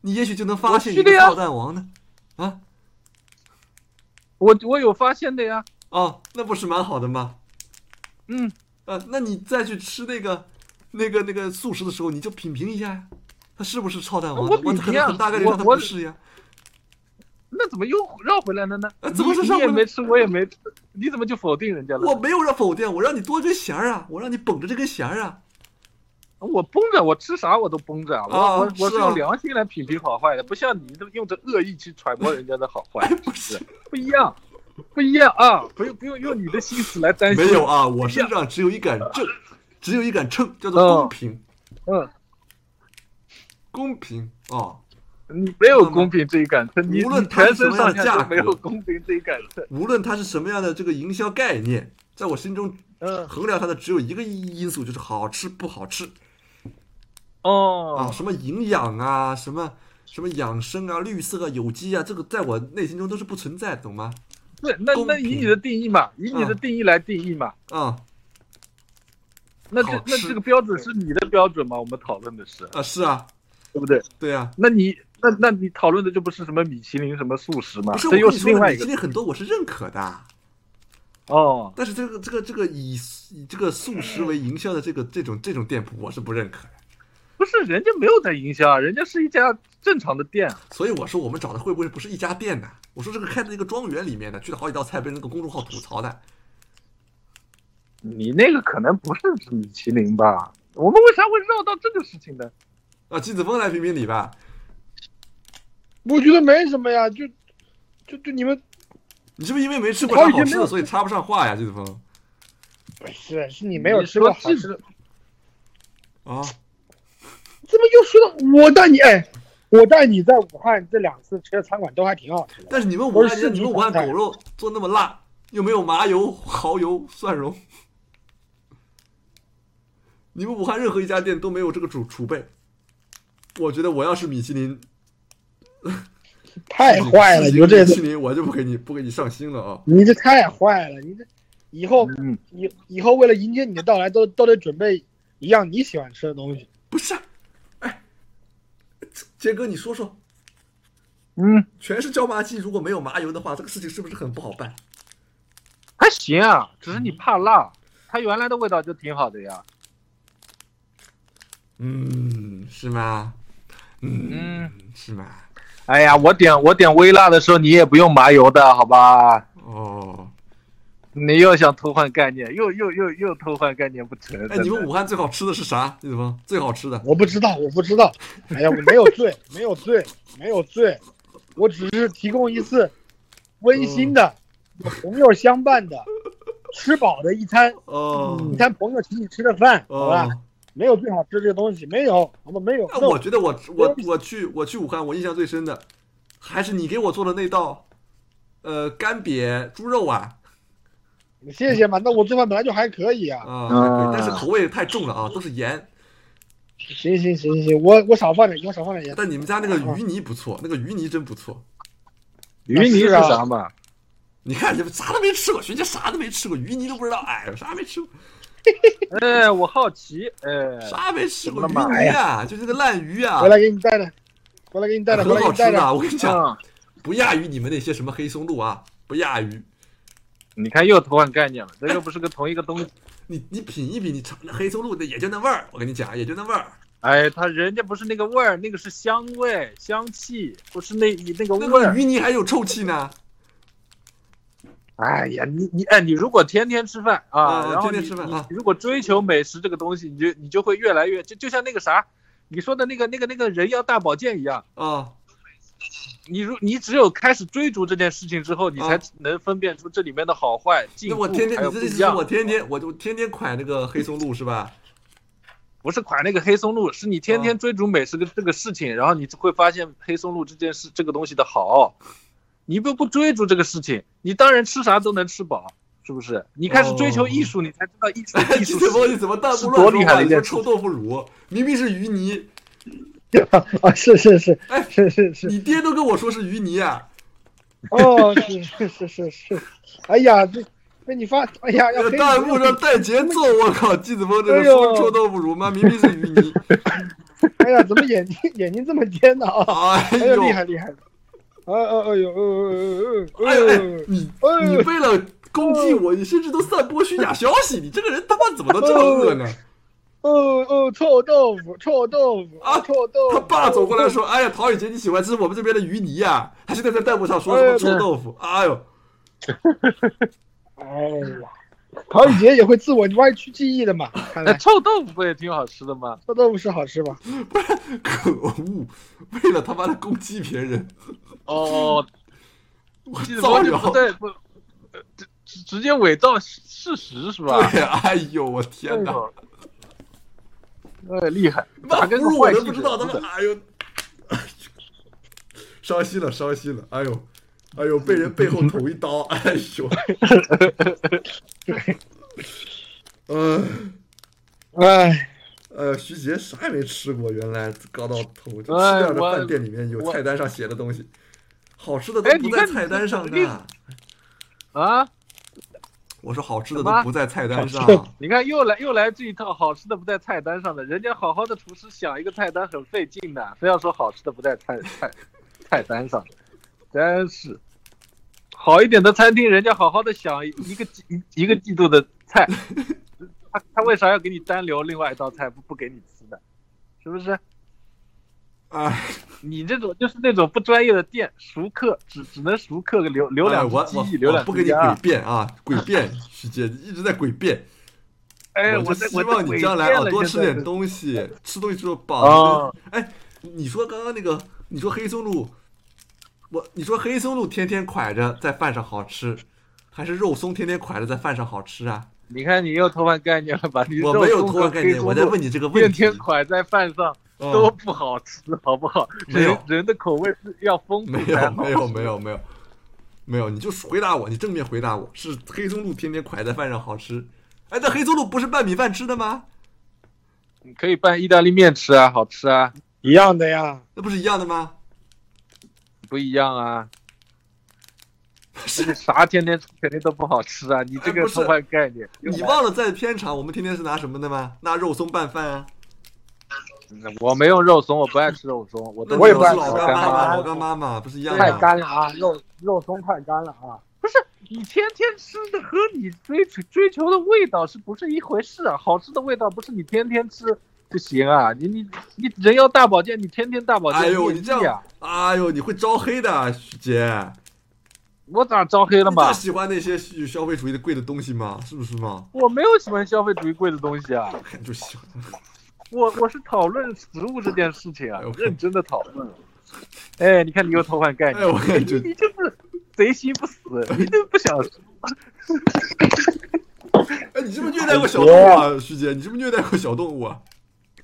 Speaker 1: 你也许就能发现一
Speaker 2: 我去
Speaker 1: 个
Speaker 2: 的呀
Speaker 1: 操蛋王呢。啊
Speaker 2: 我我有发现的呀，
Speaker 1: 哦，那不是蛮好的吗？
Speaker 2: 嗯，
Speaker 1: 啊，那你再去吃那个、那个、那个素食的时候，你就品评一下呀，它是不是超蛋王呢？
Speaker 2: 我
Speaker 1: 我
Speaker 2: 品评
Speaker 1: 可
Speaker 2: 啊
Speaker 1: 能很大概率
Speaker 2: 我
Speaker 1: 上它
Speaker 2: 我
Speaker 1: 不是呀。
Speaker 2: 那怎么又绕回来了呢？
Speaker 1: 呃怎么是
Speaker 2: 你
Speaker 1: 绕
Speaker 2: 你
Speaker 1: 回来
Speaker 2: 也没吃，我也没吃，你怎么就否定人家了？
Speaker 1: 我没有让否定，我让你多根弦儿啊，我让你绷着这根弦儿啊。
Speaker 2: 我绷着，我吃啥我都绷着啊！我、
Speaker 1: 啊
Speaker 2: 我我
Speaker 1: 是
Speaker 2: 是
Speaker 1: 啊
Speaker 2: 用良心来品评好坏的，不像你这用着恶意去揣摩人家的好坏，
Speaker 1: 哎不是，
Speaker 2: 不一样，不一样啊！不用不用用你的心思来担 心。
Speaker 1: 没有，啊，我身上只有一杆秤，只有一杆秤，叫做
Speaker 2: 嗯
Speaker 1: 公平，
Speaker 2: 嗯，
Speaker 1: 公平啊。
Speaker 2: 你没有公平这一杆秤，你
Speaker 1: 无论
Speaker 2: 你
Speaker 1: 它是
Speaker 2: 全
Speaker 1: 什
Speaker 2: 身
Speaker 1: 么样
Speaker 2: 上
Speaker 1: 的
Speaker 2: 下
Speaker 1: 价
Speaker 2: 都
Speaker 1: 格
Speaker 2: 没有公平这一杆秤。
Speaker 1: 无论它是什么样的这个营销概念，在我心中
Speaker 2: 嗯，
Speaker 1: 衡量它的只有一个因素，就是好吃不好吃啊，
Speaker 2: 哦，
Speaker 1: 什么营养啊，什么什么养生啊、绿色啊、有机啊，这个在我内心中都是不存在的，懂吗？
Speaker 2: 对，那
Speaker 1: 公
Speaker 2: 那
Speaker 1: 平
Speaker 2: 以你的定义嘛，以你的
Speaker 1: 嗯
Speaker 2: 定义来定义嘛，
Speaker 1: 啊
Speaker 2: 那这
Speaker 1: 好
Speaker 2: 那
Speaker 1: 吃
Speaker 2: 这个标准是你的标准吗？我们讨论的是，
Speaker 1: 啊，是啊，
Speaker 2: 对不对？
Speaker 1: 对啊，
Speaker 2: 那你那那你讨论的就不是什么米其林什么素食嘛，
Speaker 1: 不是我
Speaker 2: 啊这
Speaker 1: 跟
Speaker 2: 又
Speaker 1: 你
Speaker 2: 是
Speaker 1: 说
Speaker 2: 另
Speaker 1: 的，
Speaker 2: 外一
Speaker 1: 米
Speaker 2: 个
Speaker 1: 其林很多我是认可的，
Speaker 2: 哦。
Speaker 1: 但是这个这个这个以以这个素食为营销的这个这种这种店铺我是不认可的，
Speaker 2: 不是，人家没有在营销啊，人家是一家正常的店。
Speaker 1: 所以我说我们找的会不会不是一家店呢？我说这个开在一个庄园里面的，去了好几道菜被那个公众号吐槽的，
Speaker 2: 你那个可能不是米其林吧？我们为啥会绕到这个事情呢？
Speaker 1: 啊，金子峰来评评理吧。
Speaker 3: 我觉得没什么呀，就就就你们
Speaker 1: 你是不是因为没吃过啥好
Speaker 3: 他已
Speaker 1: 吃
Speaker 3: 经没
Speaker 1: 的，
Speaker 3: 有
Speaker 1: 所以插不上话呀，季子峰？
Speaker 3: 不是是你没有吃过好吃的，
Speaker 1: 啊，
Speaker 3: 怎么又说到我带你哎，我带你在武汉这两次吃的餐馆都还挺好吃的，
Speaker 1: 但是你们武
Speaker 3: 我
Speaker 1: 汉
Speaker 3: 是
Speaker 1: 人，你们武汉
Speaker 3: 你看
Speaker 1: 狗肉做那么辣，又没有麻油、蚝油、蒜蓉，你们武汉任何一家店都没有这个储储备。我觉得我要是米其林，
Speaker 3: 太坏了，
Speaker 1: 米
Speaker 3: 你
Speaker 1: 其
Speaker 3: 说
Speaker 1: 林
Speaker 3: 这
Speaker 1: 米
Speaker 3: 次
Speaker 1: 其林，我就不给你不给你上心了啊！
Speaker 3: 你这太坏了，你这以后
Speaker 2: 嗯，
Speaker 3: 以以后为了迎接你的到来，都都得准备一样你喜欢吃的东西。
Speaker 1: 不是，哎，杰哥，你说说，
Speaker 2: 嗯，
Speaker 1: 全是椒麻鸡，如果没有麻油的话，这个事情是不是很不好办？
Speaker 2: 还行啊，只是你怕辣，它原来的味道就挺好的呀。
Speaker 1: 嗯，是吗？
Speaker 2: 嗯，
Speaker 1: 是吗？
Speaker 2: 哎呀，我点我点微辣的时候，你也不用麻油的好吧？
Speaker 1: 哦，
Speaker 2: 你又想偷换概念，又又又又偷换概念不成。
Speaker 1: 哎，
Speaker 2: 真
Speaker 1: 你们
Speaker 2: 的
Speaker 1: 武汉最好吃的是啥？李子峰最好吃的
Speaker 3: 我不知道，我不知道。哎呀，我没有 罪，没有罪，没有罪，我只是提供一次温馨的、
Speaker 1: 嗯
Speaker 3: 有朋友相伴的、吃饱的一餐，
Speaker 1: 哦
Speaker 3: 一餐朋友请你吃的饭，嗯好吧？
Speaker 1: 哦，
Speaker 3: 没有最好吃这个东西，没有，我们没有。
Speaker 1: 那我觉得我我我去我去武汉，我印象最深的还是你给我做的那道，呃，干瘪猪肉啊
Speaker 3: 那谢谢嘛，那我做饭本来就还可以啊。
Speaker 1: 啊，
Speaker 2: 啊
Speaker 1: 但是口味太重了啊，
Speaker 2: 嗯
Speaker 1: 都是盐。
Speaker 3: 行行行行行，我我少放点，我少放点盐。
Speaker 1: 但你们家那个鱼泥不错，那个鱼泥真不错。
Speaker 2: 鱼泥
Speaker 3: 是
Speaker 2: 是
Speaker 3: 啊
Speaker 2: 啥嘛？
Speaker 1: 你看，你们啥都没吃过，学姐啥都没吃过，鱼泥都不知道，哎，啥也没吃过，
Speaker 2: 哎，我好奇，哎，
Speaker 1: 啥也没吃过，
Speaker 2: 怎么了
Speaker 1: 鱼
Speaker 2: 嘛
Speaker 1: 泥啊，就是那个烂鱼啊
Speaker 3: 回，来给你带的，回来给你带的，回
Speaker 1: 很
Speaker 3: 来给
Speaker 1: 好
Speaker 3: 你
Speaker 1: 吃
Speaker 3: 带的。
Speaker 1: 的，我啊跟你讲，
Speaker 2: 嗯，
Speaker 1: 不亚于你们那些什么黑松露啊，不亚于。
Speaker 2: 嗯你看又偷换概念了，这又不是个同一个东西。
Speaker 1: 你你品一品，你尝那黑松露的也就那味儿，我跟你讲，也就那味儿。
Speaker 2: 哎，他人家不是那个味儿，那个是香味、香气，不是那那个
Speaker 1: 那
Speaker 2: 味
Speaker 1: 个
Speaker 2: 儿。
Speaker 1: 鱼泥还有臭气呢，
Speaker 2: 哎呀，你你哎，你如果天天吃饭啊，
Speaker 1: 啊
Speaker 2: 然后
Speaker 1: 天天
Speaker 2: 你
Speaker 1: 吃饭
Speaker 2: 你
Speaker 1: 啊
Speaker 2: 你如果追求美食这个东西，你就你就会越来越就就像那个啥，你说的那个那个那个人妖大保健一样，
Speaker 1: 啊
Speaker 2: 你如你只有开始追逐这件事情之后，你才
Speaker 1: 啊
Speaker 2: 能分辨出这里面的好坏、进
Speaker 1: 那
Speaker 2: 步
Speaker 1: 我天天，
Speaker 2: 还有
Speaker 1: 你
Speaker 2: 不
Speaker 1: 这意
Speaker 2: 一
Speaker 1: 思是
Speaker 2: 样。
Speaker 1: 我天天，我就天天蒯那个黑松露是吧？
Speaker 2: 不是款那个黑松露，是你天
Speaker 1: 哦
Speaker 2: 天追逐美食的这个事情，然后你就会发现黑松露这件事这个东西的好。你不不追逐这个事情，你当然吃啥都能吃饱，是不是？你开始追
Speaker 1: 哦
Speaker 2: 求艺术，你才知道艺术艺
Speaker 1: 鸡
Speaker 2: 术
Speaker 1: 腿包 你
Speaker 2: 是
Speaker 1: 怎么弹
Speaker 2: 是
Speaker 1: 幕
Speaker 2: 多
Speaker 1: 乱
Speaker 2: 厉
Speaker 1: 说
Speaker 2: 害
Speaker 1: 话？
Speaker 2: 的一
Speaker 1: 你说
Speaker 2: 件事
Speaker 1: 臭豆腐乳，明明是淤泥，
Speaker 3: 啊，是是是
Speaker 1: 哎
Speaker 3: 是是是，
Speaker 1: 你爹都跟我说是淤泥啊！
Speaker 3: 哦，是是是是是，哎呀，这被你发，哎呀，
Speaker 1: 那
Speaker 3: 要
Speaker 1: 个
Speaker 3: 黑
Speaker 1: 弹
Speaker 3: 你
Speaker 1: 幕上带节奏，我靠！季子峰这个
Speaker 3: 哎呦
Speaker 1: 说臭豆腐乳吗？明明是淤泥，
Speaker 3: 哎呀，怎么眼睛眼睛这么尖呢啊？
Speaker 1: 哎
Speaker 3: 哎呀，
Speaker 1: 呦，
Speaker 3: 厉害厉害！哎哎哎呦，哎
Speaker 1: 哎
Speaker 3: 哎
Speaker 1: 呦
Speaker 3: 哎
Speaker 1: 哎
Speaker 3: 哎！，
Speaker 1: 你
Speaker 3: 哎
Speaker 1: 你为了攻击我，你甚至都散播虚假消息，你这个人他妈怎么能这么恶呢？
Speaker 3: 哦哦，臭豆腐，臭豆腐
Speaker 1: 啊
Speaker 3: 臭豆腐！
Speaker 1: 他爸走过来说：“哎呀，陶宇杰，你喜欢吃我们这边的淤泥啊？”他现在在弹幕上说什么臭豆腐？哎呦，：“
Speaker 3: 哎呀，陶宇杰也会自我歪曲记忆的嘛。”看
Speaker 2: 那
Speaker 3: 来
Speaker 2: 哎臭豆腐不也挺好吃的吗？
Speaker 3: 臭豆腐是好吃吧？
Speaker 1: 可恶！为了他妈的攻击别人，
Speaker 2: 哦，
Speaker 1: 我
Speaker 2: 记得
Speaker 1: 造
Speaker 2: 不
Speaker 1: 谣！
Speaker 2: 不对不，呃直直接伪造事实是吧？
Speaker 1: 对，哎呦，我天哪！
Speaker 2: 哎，厉害！
Speaker 1: 妈
Speaker 2: 咋
Speaker 1: 不
Speaker 2: 跟个
Speaker 1: 如我
Speaker 2: 坏
Speaker 1: 都
Speaker 2: 记
Speaker 1: 不知
Speaker 2: 者
Speaker 1: 道，他
Speaker 2: 似的
Speaker 1: 妈哎呦，伤心了，伤心了，哎呦，哎呦，被人背后捅一刀，哎 呦， 呃
Speaker 3: 哎，
Speaker 1: 呃，徐杰啥也没吃过，原来高到头，就吃
Speaker 2: 哎
Speaker 1: 掉的
Speaker 2: 我
Speaker 1: 饭店里面有
Speaker 2: 我
Speaker 1: 菜单上写的东西，好吃的都
Speaker 2: 哎
Speaker 1: 不
Speaker 2: 你
Speaker 1: 在
Speaker 2: 看
Speaker 1: 菜
Speaker 2: 你
Speaker 1: 单上
Speaker 2: 你
Speaker 1: 呢。
Speaker 2: 啊！
Speaker 1: 我说好吃的
Speaker 2: 什么
Speaker 1: 都不在菜单上
Speaker 3: 好吃的，
Speaker 2: 你看，又来又来这一套，好吃的不在菜单上的，人家好好的厨师想一个菜单很费劲的，非要说好吃的不在菜菜菜单上，真是。好一点的餐厅，人家好好的想一个季一个季度的菜，他他为啥要给你单留另外一道菜不不给你吃的，是不是？
Speaker 1: 哎，
Speaker 2: 你这种就是那种不专业的店，熟客只只能熟客浏浏
Speaker 1: 哎
Speaker 2: 览
Speaker 1: 我
Speaker 2: 记
Speaker 1: 我
Speaker 2: 忆，浏
Speaker 1: 我
Speaker 2: 览
Speaker 1: 不给
Speaker 2: 之
Speaker 1: 你
Speaker 2: 间啊
Speaker 1: 诡辩啊，诡辩，徐杰一直在诡辩。
Speaker 2: 哎，
Speaker 1: 我就
Speaker 2: 我在
Speaker 1: 希望你将来啊多吃点东西，吃东西之后饱。
Speaker 2: 哦
Speaker 1: 哎，你说刚刚那个，你说黑松露，我你说黑松露天天蒯着在饭上好吃，还是肉松天天蒯着在饭上好吃啊？
Speaker 2: 你看你又偷换概念了吧？你
Speaker 1: 我没有偷换概念，我在问
Speaker 2: 你
Speaker 1: 你这个
Speaker 2: 面
Speaker 1: 问题
Speaker 2: 天。蒯在饭上
Speaker 1: 嗯
Speaker 2: 都 不好吃，好不好？
Speaker 1: 没有
Speaker 2: 人人的口味是要丰富
Speaker 1: 没
Speaker 2: 才
Speaker 1: 有
Speaker 2: 好
Speaker 1: 没有没有没有没有，你就回答我，你正面回答我是黑松露天天蒯在饭上好吃。哎，那黑松露不是拌米饭吃的吗？
Speaker 2: 你可以拌意大利面吃啊，好吃啊，
Speaker 3: 一样的呀。
Speaker 1: 那不是一样的吗？
Speaker 2: 不一 样啊。啥天天吃肯定都不好吃啊！你这
Speaker 1: 哎
Speaker 2: 个
Speaker 1: 不是
Speaker 2: 偷换概念，
Speaker 1: 你忘了在片场我们天天是拿什么的吗？拿肉松拌饭啊。
Speaker 2: 我没用肉松，我不爱吃肉松，我
Speaker 1: 那
Speaker 2: 都
Speaker 1: 你
Speaker 3: 我也
Speaker 1: 不
Speaker 3: 不爱
Speaker 1: 是
Speaker 3: 吃
Speaker 1: 老
Speaker 2: 我
Speaker 1: 干
Speaker 2: 干
Speaker 1: 妈
Speaker 2: 妈
Speaker 1: 吗？老干妈嘛，不是一样
Speaker 3: 太
Speaker 1: 的吗？
Speaker 3: 干了啊，肉肉松太干了啊。
Speaker 2: 你天天吃的和你追求追求的味道是不是一回事啊？好吃的味道不是你天天吃不行啊！你你你人要大保健，你天天大保健，
Speaker 1: 哎呦，
Speaker 2: 你
Speaker 1: 你
Speaker 2: 也
Speaker 1: 这
Speaker 2: 腻
Speaker 1: 样
Speaker 2: 啊，，
Speaker 1: 哎呦，你会招黑的，啊许姐。
Speaker 2: 我咋招黑了
Speaker 1: 你
Speaker 2: 嘛
Speaker 1: 就？喜欢那些有消费主义的贵的东西吗？是不是嘛？
Speaker 2: 我没有喜欢消费主义贵的东西啊，
Speaker 1: 看就喜欢。
Speaker 2: 我我是讨论食物这件事情啊
Speaker 1: 哎呦，
Speaker 2: 认真的讨论。哎，你看你又偷换概
Speaker 1: 哎，
Speaker 2: 念，
Speaker 1: 我感觉
Speaker 2: 你你就是贼心不死，你就不想
Speaker 1: 哎，你是不是虐待过小动物啊，徐姐？你是不是虐待过小动物啊？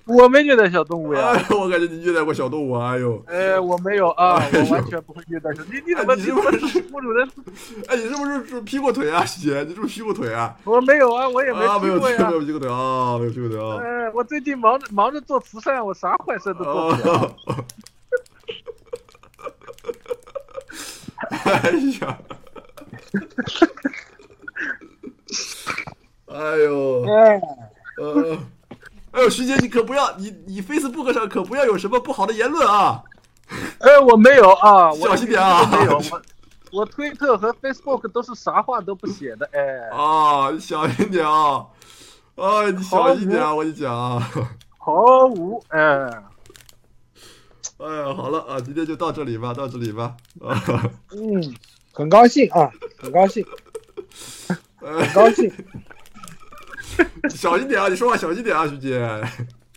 Speaker 2: 我没虐待小动物呀。
Speaker 1: 哎呦，我感觉你虐待过小动物啊！哎呦，
Speaker 2: 呃，我没有 啊，
Speaker 1: 哎呦
Speaker 2: 我完全不会虐待小。你你怎么
Speaker 1: 哎你
Speaker 2: 你
Speaker 1: 是
Speaker 2: 怎
Speaker 1: 不是
Speaker 2: 么是侮辱人
Speaker 1: 哎，你是不是是劈过腿啊，徐姐？你是不是劈过腿啊？
Speaker 2: 我没有啊，我也没
Speaker 1: 啊，没
Speaker 2: 去
Speaker 1: 有
Speaker 2: 过
Speaker 1: 劈，没
Speaker 2: 呀。
Speaker 1: 有劈过腿啊，没有劈过腿啊。
Speaker 2: 呃，我最近忙着忙着做慈善，我啥坏事都做不了。
Speaker 1: 啊！ 哎呀，哎呦，
Speaker 3: 哎，
Speaker 1: 呃，哎呦，徐姐，你可不要，你你 Facebook 上可不要有什么不好的言论啊！
Speaker 2: 呃，我没有啊，我
Speaker 1: 小心点啊
Speaker 2: 没有，我我推特和 Facebook 都是啥话都不写的，哎，
Speaker 1: 啊，你小心点啊！啊，你小心点啊！我跟你讲啊，
Speaker 2: 毫无，哎，
Speaker 1: 哎呀，好了啊，今天就到这里吧，到这里吧。 啊，
Speaker 3: 嗯，很高兴啊，很高兴，
Speaker 1: 哎
Speaker 3: 很，高兴。
Speaker 1: 小心点啊！你说话小心点啊，徐姐。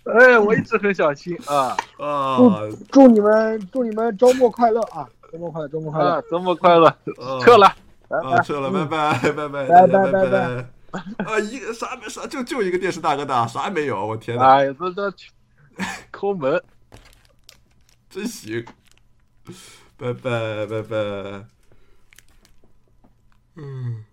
Speaker 2: 哎，我一直很小心啊。
Speaker 1: 啊，
Speaker 2: 嗯
Speaker 3: 祝你们祝你们周末快乐啊！周末快乐，周
Speaker 1: 嗯
Speaker 3: 末快乐，
Speaker 2: 啊，周末快乐，
Speaker 1: 呃
Speaker 2: 撤了。嗯
Speaker 1: 啊，撤了，拜拜，拜拜，大
Speaker 3: 拜
Speaker 1: 家
Speaker 3: 拜拜
Speaker 1: 拜。啊，一个啥没啥，就就一个电视大哥大，啥也没有，我天哪，
Speaker 2: 哎呀，这这抠门。
Speaker 1: 真行，拜拜拜拜，嗯。